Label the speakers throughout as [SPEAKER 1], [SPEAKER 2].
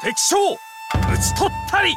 [SPEAKER 1] 敵将討ち取ったり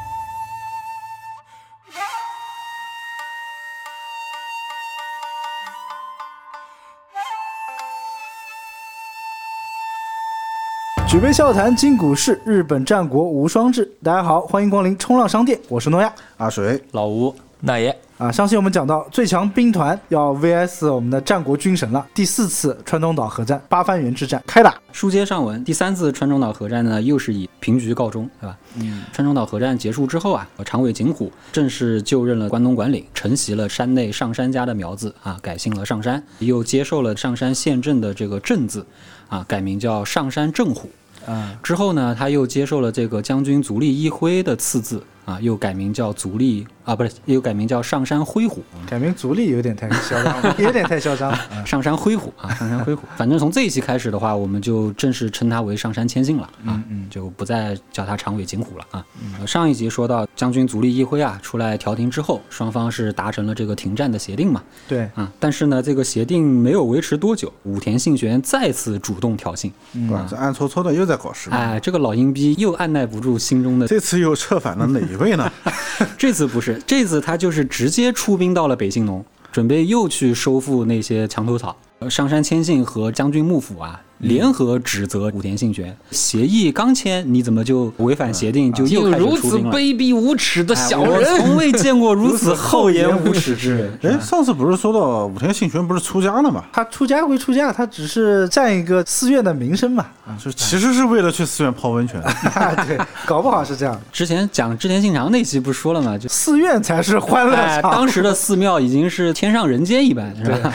[SPEAKER 2] 举杯笑谈今古事，日本战国无双志。大家好，欢迎光临冲浪商店，我是诺亚。
[SPEAKER 3] 阿水，
[SPEAKER 4] 老吴、那爷，
[SPEAKER 2] 啊，上期我们讲到最强兵团要 VS 我们的战国军神了，第四次川东岛合战八幡原之战开打。
[SPEAKER 4] 书接上文，第三次川中岛合战呢，又是以平局告终，对吧？嗯，川中岛合战结束之后啊，长尾景虎正式就任了关东管领，承袭了山内上山家的苗字啊，改姓了上山，又接受了上山县政的这个政字啊，改名叫上山政虎。
[SPEAKER 2] 啊，
[SPEAKER 4] 之后呢，他又接受了这个将军足利义辉的赐字啊，又改名叫足利啊，不是，又改名叫上山辉虎。
[SPEAKER 2] 改名足利有点太嚣张了，有点太嚣张了。 啊
[SPEAKER 4] 上山挥虎啊，上山挥虎。 反正从这一期开始的话，我们就正式称他为上山千信了啊，就不再叫他长尾景虎了啊。呃上一集说到将军足利义辉啊出来调停之后，双方是达成了这个停战的协定嘛
[SPEAKER 2] 对，
[SPEAKER 4] 啊，但是呢，这个协定没有维持多久，武田信玄再次主动挑衅，
[SPEAKER 3] 哇，这暗搓搓的又在搞事了。
[SPEAKER 4] 哎，这个老阴逼又按耐不住心中的，
[SPEAKER 3] 这次又策反了哪一位呢？哎
[SPEAKER 4] 这次不是，这次他就是直接出兵到了北信农，准备又去收复那些墙头草。呃上杉谦信和将军幕府啊，
[SPEAKER 5] 嗯
[SPEAKER 4] 联合指责武田信玄，协议刚签，你怎么就违反协定，就又
[SPEAKER 5] 有
[SPEAKER 4] 开
[SPEAKER 5] 嗯如
[SPEAKER 4] 始出
[SPEAKER 5] 此
[SPEAKER 4] 兵了？
[SPEAKER 5] 卑鄙无耻的
[SPEAKER 4] 哎
[SPEAKER 5] 小
[SPEAKER 4] 我
[SPEAKER 5] 人，
[SPEAKER 4] 从未见过如此厚颜无耻之 人。
[SPEAKER 3] 哎，上次不是说到武田信玄不是出家了吗？
[SPEAKER 2] 他出家归出家，他只是占一个寺院的名声 嘛。
[SPEAKER 3] 就其实是为了去寺院泡温泉。
[SPEAKER 2] 啊，对，搞不好是这样。
[SPEAKER 4] 之前讲织田信长那期不是说了吗？ 就
[SPEAKER 2] 寺院才是欢乐
[SPEAKER 4] 哎，
[SPEAKER 2] 场。
[SPEAKER 4] 当时的寺庙已经是天上人间一般，是吧？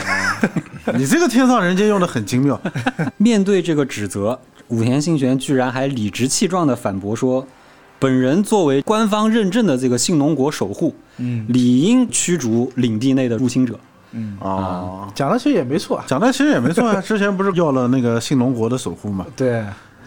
[SPEAKER 3] 你这个天上人间用的很精妙，
[SPEAKER 4] 面对这个指责，武田信玄居然还理直气壮地反驳说：“本人作为官方认证的这个信浓国守护，
[SPEAKER 2] 嗯
[SPEAKER 4] 理应驱逐领地内的入侵者。
[SPEAKER 2] 嗯，
[SPEAKER 3] 哦，
[SPEAKER 2] 讲的其实也没错啊。
[SPEAKER 3] 讲的其实也没错啊，之前不是要了那个信浓国的守护嘛？
[SPEAKER 2] 对，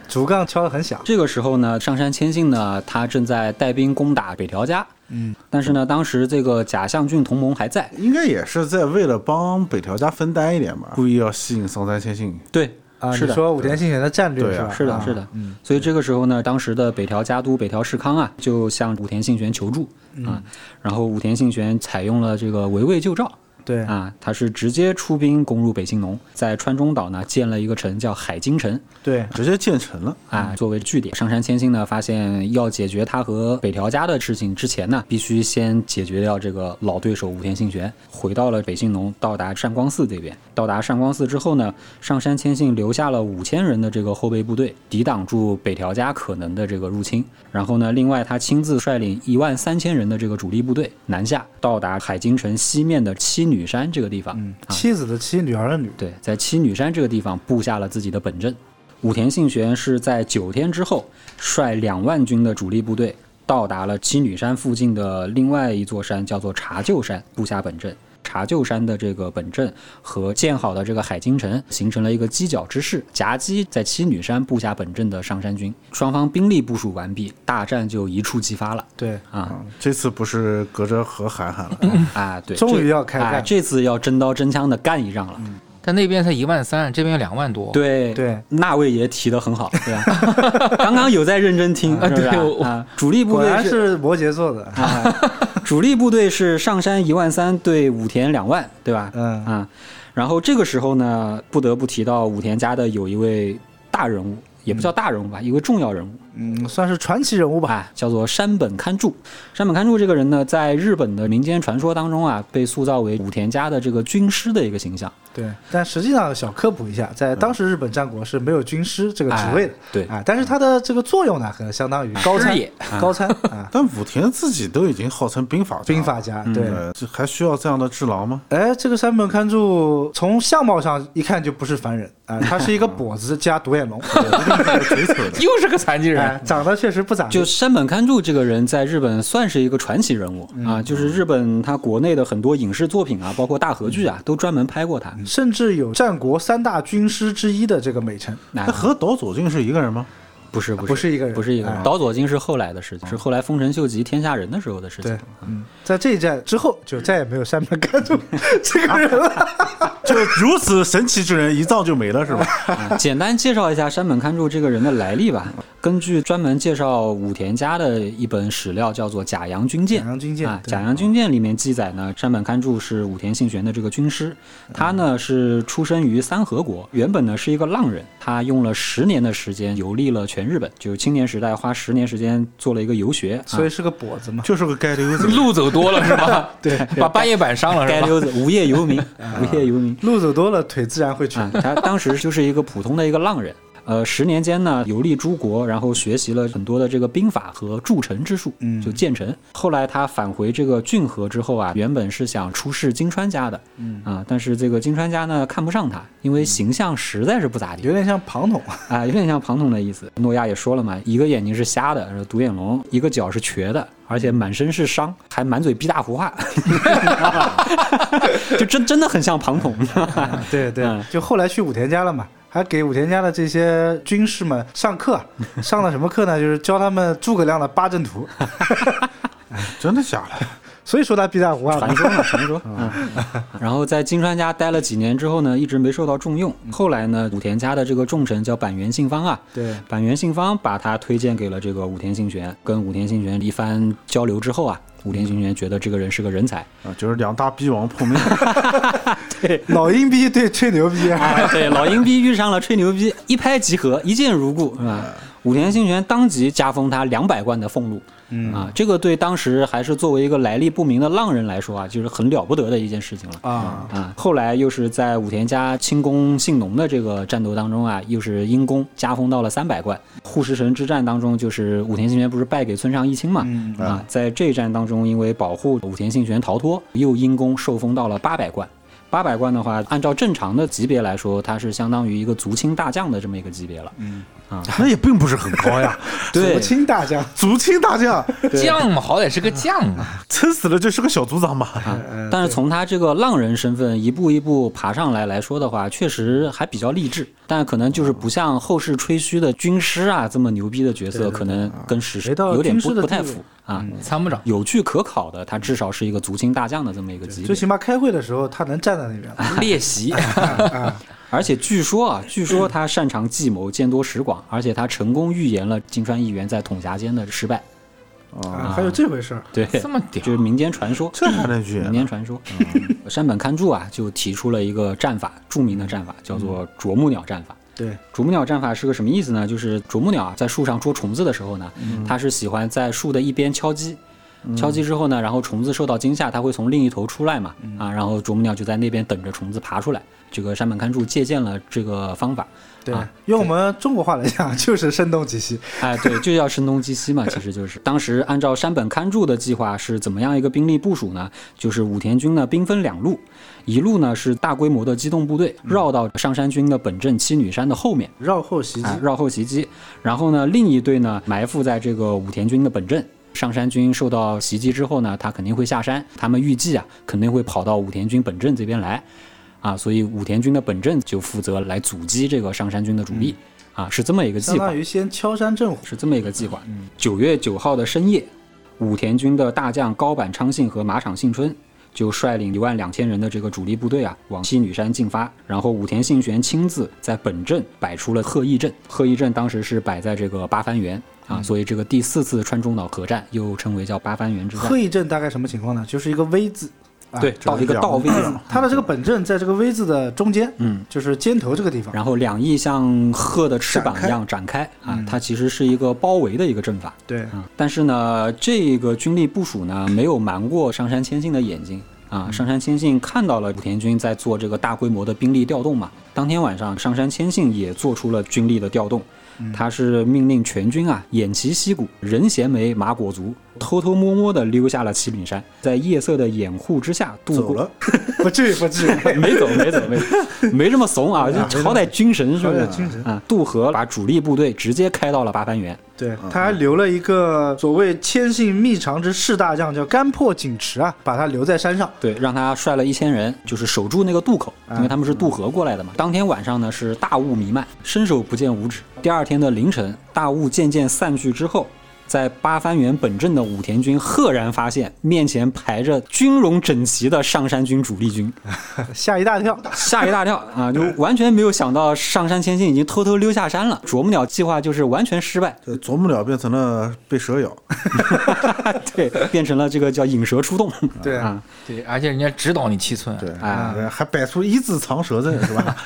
[SPEAKER 2] 竹杠敲得很响”。
[SPEAKER 4] 这个时候呢，上杉谦信呢，他正在带兵攻打北条家。
[SPEAKER 2] 嗯，
[SPEAKER 4] 但是呢，当时这个假象郡同盟还在。
[SPEAKER 3] 应该也是在为了帮北条家分担一点吧，故意要吸引上杉谦信。
[SPEAKER 4] 对，
[SPEAKER 2] 啊，
[SPEAKER 4] 是
[SPEAKER 2] 你
[SPEAKER 4] 的。
[SPEAKER 2] 说武田信玄的战略
[SPEAKER 3] 对
[SPEAKER 2] 是
[SPEAKER 3] 啊
[SPEAKER 2] 吧？
[SPEAKER 4] 是的，
[SPEAKER 2] 啊
[SPEAKER 4] 是的，
[SPEAKER 2] 嗯，
[SPEAKER 4] 所以这个时候呢，当时的北条家督北条氏康啊，就向武田信玄求助
[SPEAKER 2] 嗯
[SPEAKER 4] 啊，然后武田信玄采用了这个围魏救赵，
[SPEAKER 2] 对，
[SPEAKER 4] 啊，他是直接出兵攻入北信农，在川中岛呢建了一个城叫海津城
[SPEAKER 2] 对，
[SPEAKER 3] 直接建成了，
[SPEAKER 2] 嗯
[SPEAKER 4] 啊，作为据点。上杉谦信呢发现要解决他和北条家的事情之前呢，必须先解决掉这个老对手武田信玄，回到了北信农，到达善光寺这边。到达善光寺之后呢，上杉谦信留下了五千人的这个后备部队，抵挡住北条家可能的这个入侵。然后呢，另外他亲自率领一万三千人的这个主力部队南下，到达海津城西面的七女山这个地方。
[SPEAKER 2] 嗯，
[SPEAKER 4] 啊。
[SPEAKER 2] 妻子的妻，女儿的女，
[SPEAKER 4] 对，在七女山这个地方布下了自己的本阵。武田信玄是在九天之后率两万军的主力部队到达了七女山附近的另外一座山，叫做茶臼山，布下本阵。茶臼山的这个本阵和建好的这个海津城形成了一个犄角之势，夹击在七女山布下本阵的上山军。双方兵力部署完毕，大战就一触即发了
[SPEAKER 2] 对，
[SPEAKER 4] 啊！
[SPEAKER 3] 这次不是隔着河喊喊了，
[SPEAKER 4] 啊，对，
[SPEAKER 2] 终于
[SPEAKER 4] 这
[SPEAKER 2] 要开
[SPEAKER 4] 啊
[SPEAKER 2] 干
[SPEAKER 4] 这次要真刀真枪的干一仗了。
[SPEAKER 5] 但那边才一万三，这边有两万多。
[SPEAKER 4] 对
[SPEAKER 2] 对
[SPEAKER 4] 那位爷提的 很好，对吧？刚刚有在认真听，是不是
[SPEAKER 5] 对我
[SPEAKER 4] 啊？啊主力部
[SPEAKER 2] 果
[SPEAKER 4] 队
[SPEAKER 2] 然是摩羯座的。
[SPEAKER 4] 啊，主力部队是上山一万三对武田两万，对吧？
[SPEAKER 2] 嗯
[SPEAKER 4] 啊，然后这个时候呢，不得不提到武田家的有一位大人物，也不叫大人物吧，一位重要人物，
[SPEAKER 2] 嗯，算是传奇人物吧。
[SPEAKER 4] 啊，叫做山本勘助。山本勘助这个人呢，在日本的民间传说当中啊，被塑造为武田家的这个军师的一个形象。
[SPEAKER 2] 对，但实际上小科普一下，在当时日本战国是没有军师这个职位的。
[SPEAKER 4] 哎对
[SPEAKER 2] 啊，但是它的这个作用呢，可能相当于高参
[SPEAKER 5] 师爷，
[SPEAKER 2] 高参啊，
[SPEAKER 3] 但武田自己都已经号称兵法家了
[SPEAKER 2] 兵法家。对，
[SPEAKER 3] 呃，这还需要这样的智囊吗？
[SPEAKER 2] 哎，这个山本勘助从相貌上一看就不是凡人啊，他是一个跛子加独眼龙，
[SPEAKER 3] 贼扯的，
[SPEAKER 5] 又是个残疾
[SPEAKER 2] 哎
[SPEAKER 5] 人，，
[SPEAKER 2] 长得确实不咋地。
[SPEAKER 4] 就山本勘助这个人，在日本算是一个传奇人物、啊，就是日本他国内的很多影视作品啊，包括大河剧啊，都专门拍过他。
[SPEAKER 2] 甚至有战国三大军师之一的这个美称。
[SPEAKER 4] 那
[SPEAKER 3] 那和岛左近是一个人吗？
[SPEAKER 4] 不是不是
[SPEAKER 2] 不是一个人
[SPEAKER 4] 不是一个
[SPEAKER 2] 哎
[SPEAKER 4] 人。哦岛左京是后来的事情，是后来丰臣秀吉天下人的时候的事情
[SPEAKER 2] 对。，嗯，在这一战之后就再也没有山本甘助 这个人了。
[SPEAKER 3] 就如此神奇之人，一葬就没了 是吧？
[SPEAKER 4] 嗯简单介绍一下山本勘助这个人的来历吧。根据专门介绍武田家的一本史料，叫做《假阳军舰》。
[SPEAKER 2] 假阳军舰
[SPEAKER 4] 啊，《
[SPEAKER 2] 对
[SPEAKER 4] 假阳军舰》里面记载呢，山本勘助是武田信玄的这个军师，
[SPEAKER 2] 嗯
[SPEAKER 4] 他呢是出生于三河国，原本呢是一个浪人，他用了十年的时间游历了全日本，就是青年时代花十年时间做了一个游学，啊
[SPEAKER 2] 所以是个跛子嘛，
[SPEAKER 3] 就是个街溜子。
[SPEAKER 5] 路走多了是 吧？
[SPEAKER 2] 对，
[SPEAKER 5] 把半夜板上了
[SPEAKER 4] 街
[SPEAKER 5] 是吧？
[SPEAKER 4] 溜子无业游 民，
[SPEAKER 2] 啊
[SPEAKER 4] 无业游民。
[SPEAKER 2] 路走多了腿自然会瘸
[SPEAKER 4] 啊，。他当时就是一个普通的一个浪人。呃，十年间呢，游历诸国，然后学习了很多的这个兵法和筑城之术，
[SPEAKER 2] 嗯
[SPEAKER 4] 就建城。后来他返回这个郡河之后啊，原本是想出仕金川家的，嗯啊，但是这个金川家呢看不上他，因为形象实在是不咋地
[SPEAKER 2] 有点像庞统，
[SPEAKER 4] 啊，有点像庞统的意思。诺亚也说了嘛，一个眼睛是瞎的，是独眼龙，一个脚是瘸的，而且满身是伤，还满嘴逼大胡话， 就真真的很像庞统。
[SPEAKER 2] 对对
[SPEAKER 4] 嗯，
[SPEAKER 2] 就后来去武田家了嘛，还给武田家的这些军士们上课，啊 上了什么课呢？就是教他们诸葛亮的八阵图。
[SPEAKER 3] 真的假 的？
[SPEAKER 2] 所以说他逼大胡啊，
[SPEAKER 4] 传说嘛，传说。嗯，然后在金川家待了几年之后呢，一直没受到重用。后来呢，武田家的这个重臣叫板垣信方啊，
[SPEAKER 2] 对，
[SPEAKER 4] 板垣信方把他推荐给了这个武田信玄。跟武田信玄一番交流之后啊，武田信玄觉得这个人是个人才。
[SPEAKER 3] 啊，就是两大逼 王碰 面，啊
[SPEAKER 2] 老阴逼对吹牛逼啊，
[SPEAKER 4] 哎，对，老阴逼遇上了吹牛逼，一拍即合，一见如故，是吧？武田信玄当即加封他两百贯的俸禄，嗯啊，这个对当时还是作为一个来历不明的浪人来说啊，就是很了不得的一件事情了
[SPEAKER 2] 啊
[SPEAKER 4] 啊。后来又是在武田家清宫信浓的这个战斗当中啊，又是因功加封到了三百贯。护石城之战当中，就是武田信玄不是败给村上义清嘛，
[SPEAKER 2] 嗯
[SPEAKER 4] 啊，在这一战当中，因为保护武田信玄逃脱，又因功受封到了八百贯。八百贯的话，按照正常的级别来说，它是相当于一个足轻大将的这么一个级别了。
[SPEAKER 3] 那也并不是很 高呀。
[SPEAKER 2] 左倾大将，
[SPEAKER 3] 足轻大将，
[SPEAKER 5] 将嘛，好歹是个将 啊。
[SPEAKER 3] 撑死了就是个小组长嘛。
[SPEAKER 4] 啊，
[SPEAKER 2] 呃
[SPEAKER 4] 但是从他这个浪人身份一步一步爬上来来说的话，确实还比较励志，但可能就是
[SPEAKER 2] 啊
[SPEAKER 4] 不像后世吹嘘的军师啊这么牛逼的角色，可能跟史实
[SPEAKER 2] 没啊到
[SPEAKER 4] 有点
[SPEAKER 2] 军师
[SPEAKER 4] 不
[SPEAKER 2] 的
[SPEAKER 4] 不太
[SPEAKER 2] 地位嗯
[SPEAKER 4] 符啊。
[SPEAKER 5] 参谋长，
[SPEAKER 4] 有据可考的，他至少是一个足轻大将的这么一个级别。
[SPEAKER 2] 最起码开会的时候他能站在那边了。
[SPEAKER 5] 列席，
[SPEAKER 4] 而且据说啊，据说他擅长计谋，见多识广，而且他成功预言了金川议员在统辖间的失败。哦
[SPEAKER 2] 啊，还有这回事儿，
[SPEAKER 4] 对，
[SPEAKER 5] 这么屌
[SPEAKER 4] 就是民间传说，
[SPEAKER 3] 这还能预言
[SPEAKER 4] 民间传说。 山本勘助啊，就提出了一个战法，著名的战法叫做啄木鸟战法。
[SPEAKER 2] 对，
[SPEAKER 4] 啄木鸟战法是个什么意思呢？就是啄木鸟啊，在树上捉虫子的时候呢，它是喜欢在树的一边敲击，敲击之后呢，然后虫子受到惊吓，它会从另一头出来嘛，啊，然后啄木鸟就在那边等着虫子爬出来。这个山本勘助借鉴了这个方法，
[SPEAKER 2] 对
[SPEAKER 4] 啊，
[SPEAKER 2] 用我们中国话来讲就是声东击西，
[SPEAKER 4] 哎，对，就叫声东击西嘛，其实就是当时按照山本勘助的计划是怎么样一个兵力部署呢？就是武田军呢兵分两路，一路呢是大规模的机动部队绕到上山军的本阵七女山的后面，
[SPEAKER 2] 绕后袭击
[SPEAKER 4] 啊，绕后袭击。然后呢，另一队呢埋伏在这个武田军的本阵。上山军受到袭击之后呢，他肯定会下山，他们预计啊肯定会跑到武田军本阵这边来，啊，所以武田军的本阵就负责来阻击这个上山军的主力。啊，是这么一个
[SPEAKER 2] 相
[SPEAKER 4] 计划
[SPEAKER 2] 当，于先敲山震虎。
[SPEAKER 4] 是这么一个计划。九月九号的深夜，武田军的大将高坂昌幸和马场幸春就率领一万两千人的这个主力部队啊，往西女山进发。然后武田信玄亲自在本阵摆出了鹤翼阵，鹤翼阵当时是摆在这个八幡原啊，所以这个第四次川中岛核战又称为叫八幡原之战
[SPEAKER 2] 鹤。翼阵大概什么情况呢？就是一个 V 字，啊
[SPEAKER 4] 对，
[SPEAKER 3] 这
[SPEAKER 4] 到一个
[SPEAKER 3] 两
[SPEAKER 4] 倒 V 字，
[SPEAKER 2] 它的这个本阵在这个 V 字的中间，
[SPEAKER 4] 嗯，
[SPEAKER 2] 就是肩头这个地方。
[SPEAKER 4] 然后两翼像鹤的翅膀一样展开啊，它其实是一个包围的一个阵法。
[SPEAKER 2] 对，
[SPEAKER 4] 啊，但是呢，这个军力部署呢，没有瞒过上山千信的眼睛啊。上山千信看到了武田军在做这个大规模的兵力调动嘛。当天晚上，上山千信也做出了军力的调动，他是命令全军啊偃旗息鼓，人衔枚，马裹足偷偷摸摸地溜下了七岭山，在夜色的掩护之下度
[SPEAKER 3] 走
[SPEAKER 4] 过。
[SPEAKER 3] 了，
[SPEAKER 2] 不至于不至 于。
[SPEAKER 4] 没走，没走，没走，没这么怂啊！就好歹军神是不是
[SPEAKER 2] 好歹军神
[SPEAKER 4] 啊？渡河把主力部队直接开到了八幡原，
[SPEAKER 2] 对，他还留了一个所谓千信密长之士大将，叫干破景池啊，把他留在山上。
[SPEAKER 4] 对，让他率了一千人，就是守住那个渡口，因为他们是渡河过来的嘛。当天晚上呢是大雾弥漫，伸手不见五指。第二天的凌晨，大雾渐渐散去之后。在八幡原本镇的武田军赫然发现，面前排着军容整齐的上山军主力军，
[SPEAKER 2] 吓一大跳。
[SPEAKER 4] 吓一大跳啊！就完全没有想到上山千信已经偷偷溜下山了。啄木鸟计划就是完全失败，
[SPEAKER 3] 这啄木鸟变成了被蛇咬，
[SPEAKER 4] 对，变成了这个叫引蛇出洞。
[SPEAKER 2] 对
[SPEAKER 4] 啊，
[SPEAKER 5] 对，而且人家指导你七寸，
[SPEAKER 3] 对，
[SPEAKER 4] 啊
[SPEAKER 3] 哎还摆出一字藏蛇阵是吧？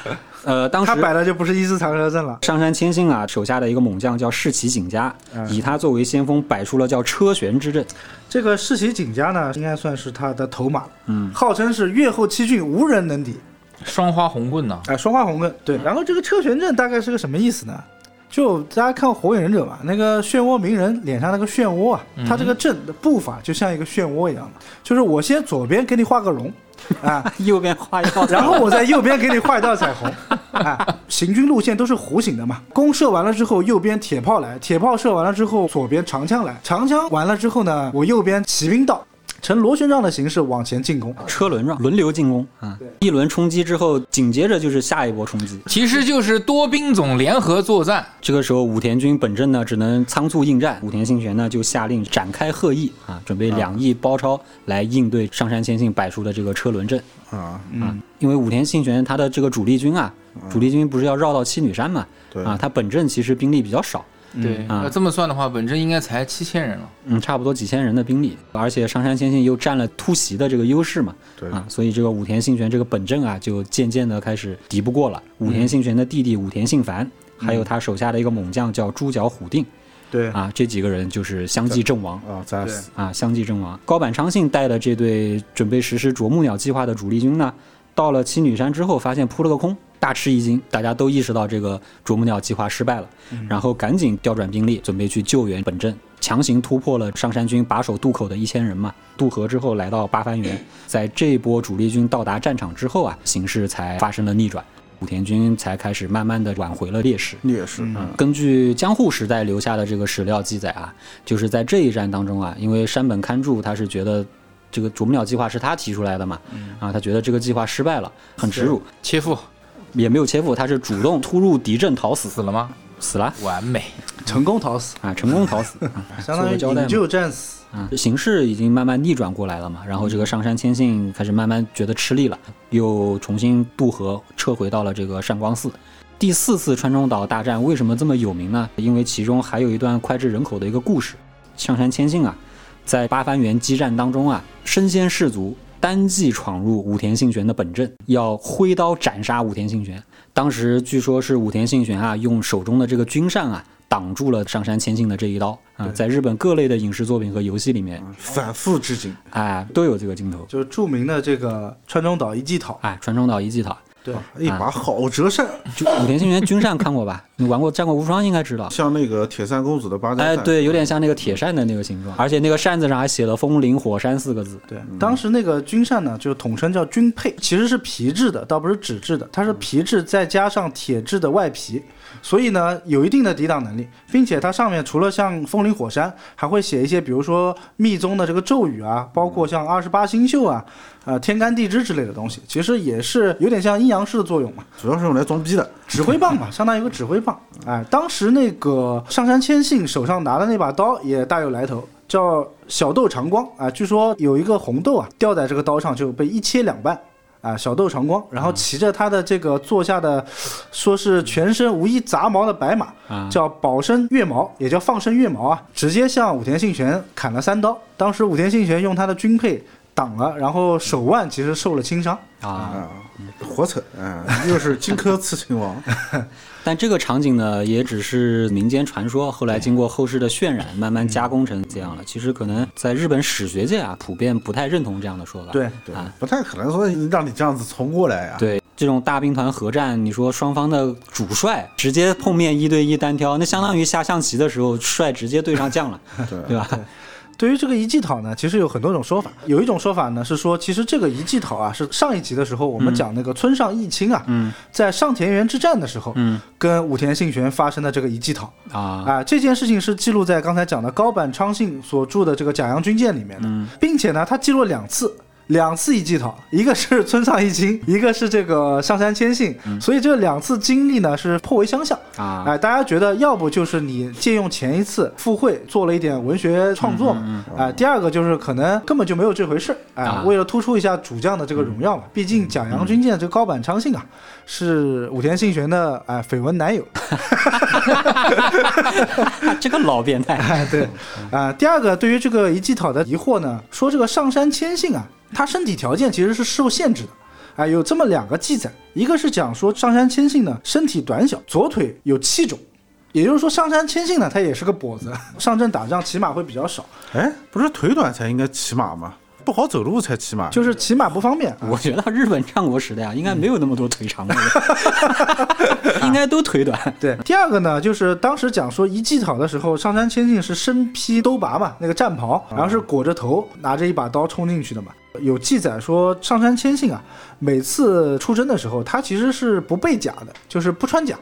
[SPEAKER 4] 呃，当时
[SPEAKER 2] 他摆的就不是一字长蛇阵了，
[SPEAKER 4] 上杉谦信啊手下的一个猛将叫士崎景家，
[SPEAKER 2] 嗯
[SPEAKER 4] 以他作为先锋摆出了叫车旋之阵。
[SPEAKER 2] 这个世袭景家呢，应该算是他的头马，嗯，号称是越后七郡无人能敌，
[SPEAKER 5] 双花红棍呢？
[SPEAKER 2] 哎、双花红棍。对，然后这个车旋阵大概是个什么意思呢？就大家看《火影忍者》吧，那个漩涡鸣人脸上那个漩涡啊，他这个阵的步法就像一个漩涡一样的，就是我先左边给你画个龙，啊，
[SPEAKER 4] 右边画一道，
[SPEAKER 2] 然后我在右边给你画一道彩 虹。啊，行军路线都是弧形的嘛。弓射完了之后，右边铁炮来；铁炮射完了之后，左边长枪来；长枪完了之后呢，我右边骑兵到，呈螺旋状的形式往前进攻。
[SPEAKER 4] 车轮让轮流进攻啊，一轮冲击之后，紧接着就是下一波冲击。
[SPEAKER 5] 其实就是多兵种联合作战，
[SPEAKER 4] 这个时候，武田军本阵呢只能仓促应战，武田信玄呢就下令展开贺议啊，准备两翼包抄来应对上杉谦信摆出的这个车轮阵。
[SPEAKER 3] 啊，
[SPEAKER 4] 啊，因为武田信玄他的这个主力军啊，
[SPEAKER 2] 嗯
[SPEAKER 4] 主力军不是要绕到七女山嘛，
[SPEAKER 3] 对
[SPEAKER 4] 啊，他本阵其实兵力比较少，
[SPEAKER 5] 对，
[SPEAKER 4] 啊
[SPEAKER 5] 要这么算的话，本阵应该才七千人了。
[SPEAKER 4] 嗯，差不多几千人的兵力，而且上杉谦信又占了突袭的这个优势嘛，
[SPEAKER 3] 对
[SPEAKER 4] 啊，所以这个武田信玄这个本阵啊，就渐渐的开始敌不过了。武田信玄的弟弟武田信繁，还有他手下的一个猛将叫猪脚虎定，
[SPEAKER 2] 对
[SPEAKER 4] 啊，这几个人就是相继阵亡。
[SPEAKER 3] 啊，咱死
[SPEAKER 4] 啊，相继阵亡。高坂昌幸带的这队准备实施啄木鸟计划的主力军呢，到了七女山之后，发现扑了个空，大吃一惊。大家都意识到这个啄木鸟计划失败了，然后赶紧调转兵力，准备去救援本镇，强行突破了上山军把守渡口的一千人嘛。渡河之后，来到八幡原，在这波主力军到达战场之后啊，形势才发生了逆转。武田军才开始慢慢的挽回了劣势，
[SPEAKER 3] 烈士，
[SPEAKER 4] 嗯，根据江户时代留下的这个史料记载啊，就是在这一战当中啊，因为山本勘助他是觉得这个啄木鸟计划是他提出来的嘛，啊，他觉得这个计划失败了，很耻辱，
[SPEAKER 5] 切腹
[SPEAKER 4] 也没有切腹，他是主动突入敌阵逃死，
[SPEAKER 5] 死了吗？
[SPEAKER 4] 死了
[SPEAKER 5] 完美，
[SPEAKER 2] 成功逃死，
[SPEAKER 4] 啊，成功逃死，啊、
[SPEAKER 2] 相当于营
[SPEAKER 4] 做个交代嘛。
[SPEAKER 2] 救战死。
[SPEAKER 4] 啊，形势已经慢慢逆转过来了嘛，然后这个上山谦信开始慢慢觉得吃力了，又重新渡河撤回到了这个善光寺。第四次川中岛大战为什么这么有名呢？因为其中还有一段脍炙人口的一个故事。上杉谦信啊，在八幡原激战当中啊，身先士卒，单骑闯入武田信玄的本阵，要挥刀斩杀武田信玄。当时据说是武田信玄啊，用手中的这个军扇啊，挡住了上杉谦信的这一刀啊、在日本各类的影视作品和游戏里面，
[SPEAKER 3] 反复致敬，
[SPEAKER 4] 哎，都有这个镜头。
[SPEAKER 2] 就是著名的这个川中岛一季讨，
[SPEAKER 4] 哎，川中岛一季讨，
[SPEAKER 2] 对，
[SPEAKER 3] 一把好折扇，
[SPEAKER 4] 就武田信玄军扇看过吧？ 你玩过《战国无双》应该知道。
[SPEAKER 3] 像那个铁扇公主的八
[SPEAKER 4] 哎，
[SPEAKER 3] 张扇，
[SPEAKER 4] 对，有点像那个铁扇的那个形状，而且那个扇子上还写了“风林火山”四个字。
[SPEAKER 2] 对，当时那个军扇呢，就统称叫军配，其实是皮质的，倒不是纸质的，它是皮质再加上铁质的外皮，所以呢有一定的抵挡能力，并且它上面除了像风林火山，还会写一些比如说密宗的这个咒语啊，包括像二十八星宿啊，呃天干地支之类的东西，其实也是有点像阴阳师的作用嘛。
[SPEAKER 3] 主要是用来装逼的，
[SPEAKER 2] 指挥棒吧，相当于一个指挥棒。哎，当时那个上杉谦信手上拿的那把刀也大有来头，叫小豆长光啊。据说有一个红豆啊掉在这个刀上就被一切两半。啊，小豆长光，然后骑着他的这个坐下的，说是全身无一杂毛的白马，
[SPEAKER 4] 啊
[SPEAKER 2] 叫宝生越毛，也叫放生越毛啊，直接向武田信玄砍了三刀。当时武田信玄用他的军配挡了，然后手腕其实受了轻伤。
[SPEAKER 4] 啊，
[SPEAKER 3] 啊，火扯，啊， 又是荆轲刺秦王，
[SPEAKER 4] 但这个场景呢，也只是民间传说，后来经过后世的渲染，慢慢加工成这样了。其实可能在日本史学界啊，普遍不太认同这样的说法。
[SPEAKER 2] 对
[SPEAKER 3] 对
[SPEAKER 4] 啊，
[SPEAKER 3] 不太可能说让你这样子冲过来啊
[SPEAKER 2] 啊
[SPEAKER 3] 呀，
[SPEAKER 4] 对，这种大兵团合战，你说双方的主帅直接 碰面一对一单挑，那相当于下象棋的时候，帅直接对上将了，对吧？
[SPEAKER 2] 对于这个一季讨呢，其实有很多种说法。有一种说法呢是说，其实这个一季讨啊，是上一集的时候
[SPEAKER 4] 嗯
[SPEAKER 2] 我们讲那个村上义清啊，在上田园之战的时候，
[SPEAKER 4] 嗯
[SPEAKER 2] 跟武田信玄发生的这个一季讨
[SPEAKER 4] 啊，
[SPEAKER 2] 啊，这件事情是记录在刚才讲的高坂昌幸所著的这个《假阳军舰》里面的，
[SPEAKER 4] 嗯
[SPEAKER 2] 并且呢，他记录了两次。两次一季讨，一个是村上义清，一个是这个上杉谦信，
[SPEAKER 4] 嗯
[SPEAKER 2] 所以这两次经历呢是颇为相像。
[SPEAKER 4] 啊
[SPEAKER 2] 哎，大家觉得要不就是你借用前一次附会做了一点文学创作嘛，哎，第二个就是可能根本就没有这回事，哎，
[SPEAKER 4] 嗯啊嗯
[SPEAKER 2] 为了突出一下主将的这个荣耀嘛，毕竟假阳军舰这个高坂昌幸啊，是武田信玄的哎绯闻男友，
[SPEAKER 4] 这个老变态，
[SPEAKER 2] 哎 对，啊、第二个对于这个一季讨的疑惑呢，说这个上山谦信啊，他身体条件其实是受限制的。哎，有这么两个记载，一个是讲说上山谦信呢身体短小，左腿有七种，也就是说上山谦信呢他也是个跛子，上阵打仗骑马会比较少，
[SPEAKER 3] 哎，不是腿短才应该骑马吗？不好走路才骑马。
[SPEAKER 2] 就是骑马不方便。啊
[SPEAKER 4] 我觉得日本战国时代啊，应该没有那么多腿长的人，
[SPEAKER 2] 嗯
[SPEAKER 4] 应该都腿短。
[SPEAKER 2] 对，第二个呢，就是当时讲说一祭讨的时候，上杉谦信是身披兜拔嘛，那个战袍，然后是裹着头，拿着一把刀冲进去的嘛。有记载说，上杉谦信啊，每次出征的时候，他其实是不备甲的，就是不穿甲。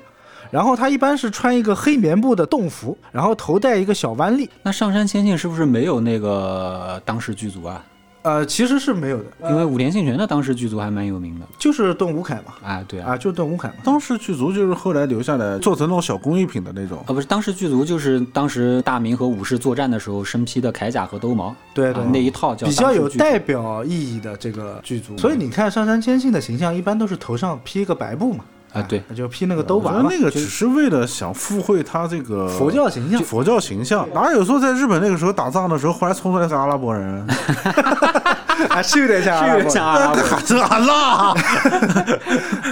[SPEAKER 2] 然后他一般是穿一个黑棉布的洞服，然后头戴一个小弯笠，
[SPEAKER 4] 那上山千信是不是没有那个当时剧组啊？
[SPEAKER 2] 呃，其实是没有的，
[SPEAKER 4] 因为武田信玄的当时剧组还蛮有名的
[SPEAKER 2] 就是盾无铠嘛，
[SPEAKER 4] 啊，对啊，
[SPEAKER 2] 啊，就是盾无铠嘛。
[SPEAKER 3] 当时剧组就是后来留下来做成那种小工艺品的那种
[SPEAKER 4] 啊，不是，当时剧组就是当时大明和武士作战的时候身披的铠甲和兜鍪，
[SPEAKER 2] 对对
[SPEAKER 4] 啊那一套叫
[SPEAKER 2] 比较
[SPEAKER 4] 当时
[SPEAKER 2] 有
[SPEAKER 4] 剧组
[SPEAKER 2] 代表意义的这个剧组，所以你看上杉谦信的形象一般都是头上披一个白布嘛，
[SPEAKER 4] 啊，对，
[SPEAKER 2] 那就披那个兜
[SPEAKER 3] 我
[SPEAKER 2] 拔
[SPEAKER 3] 觉得
[SPEAKER 2] 嘛，
[SPEAKER 3] 那个
[SPEAKER 2] 就
[SPEAKER 3] 只是为了想附会他这个
[SPEAKER 2] 佛教形象。
[SPEAKER 3] 佛教形象，哪有说在日本那个时候打仗的时候，后来冲出来个阿拉伯人？
[SPEAKER 2] 啊，是有点像阿拉伯人，
[SPEAKER 4] 像阿啊拉伯人
[SPEAKER 3] 喊这阿拉，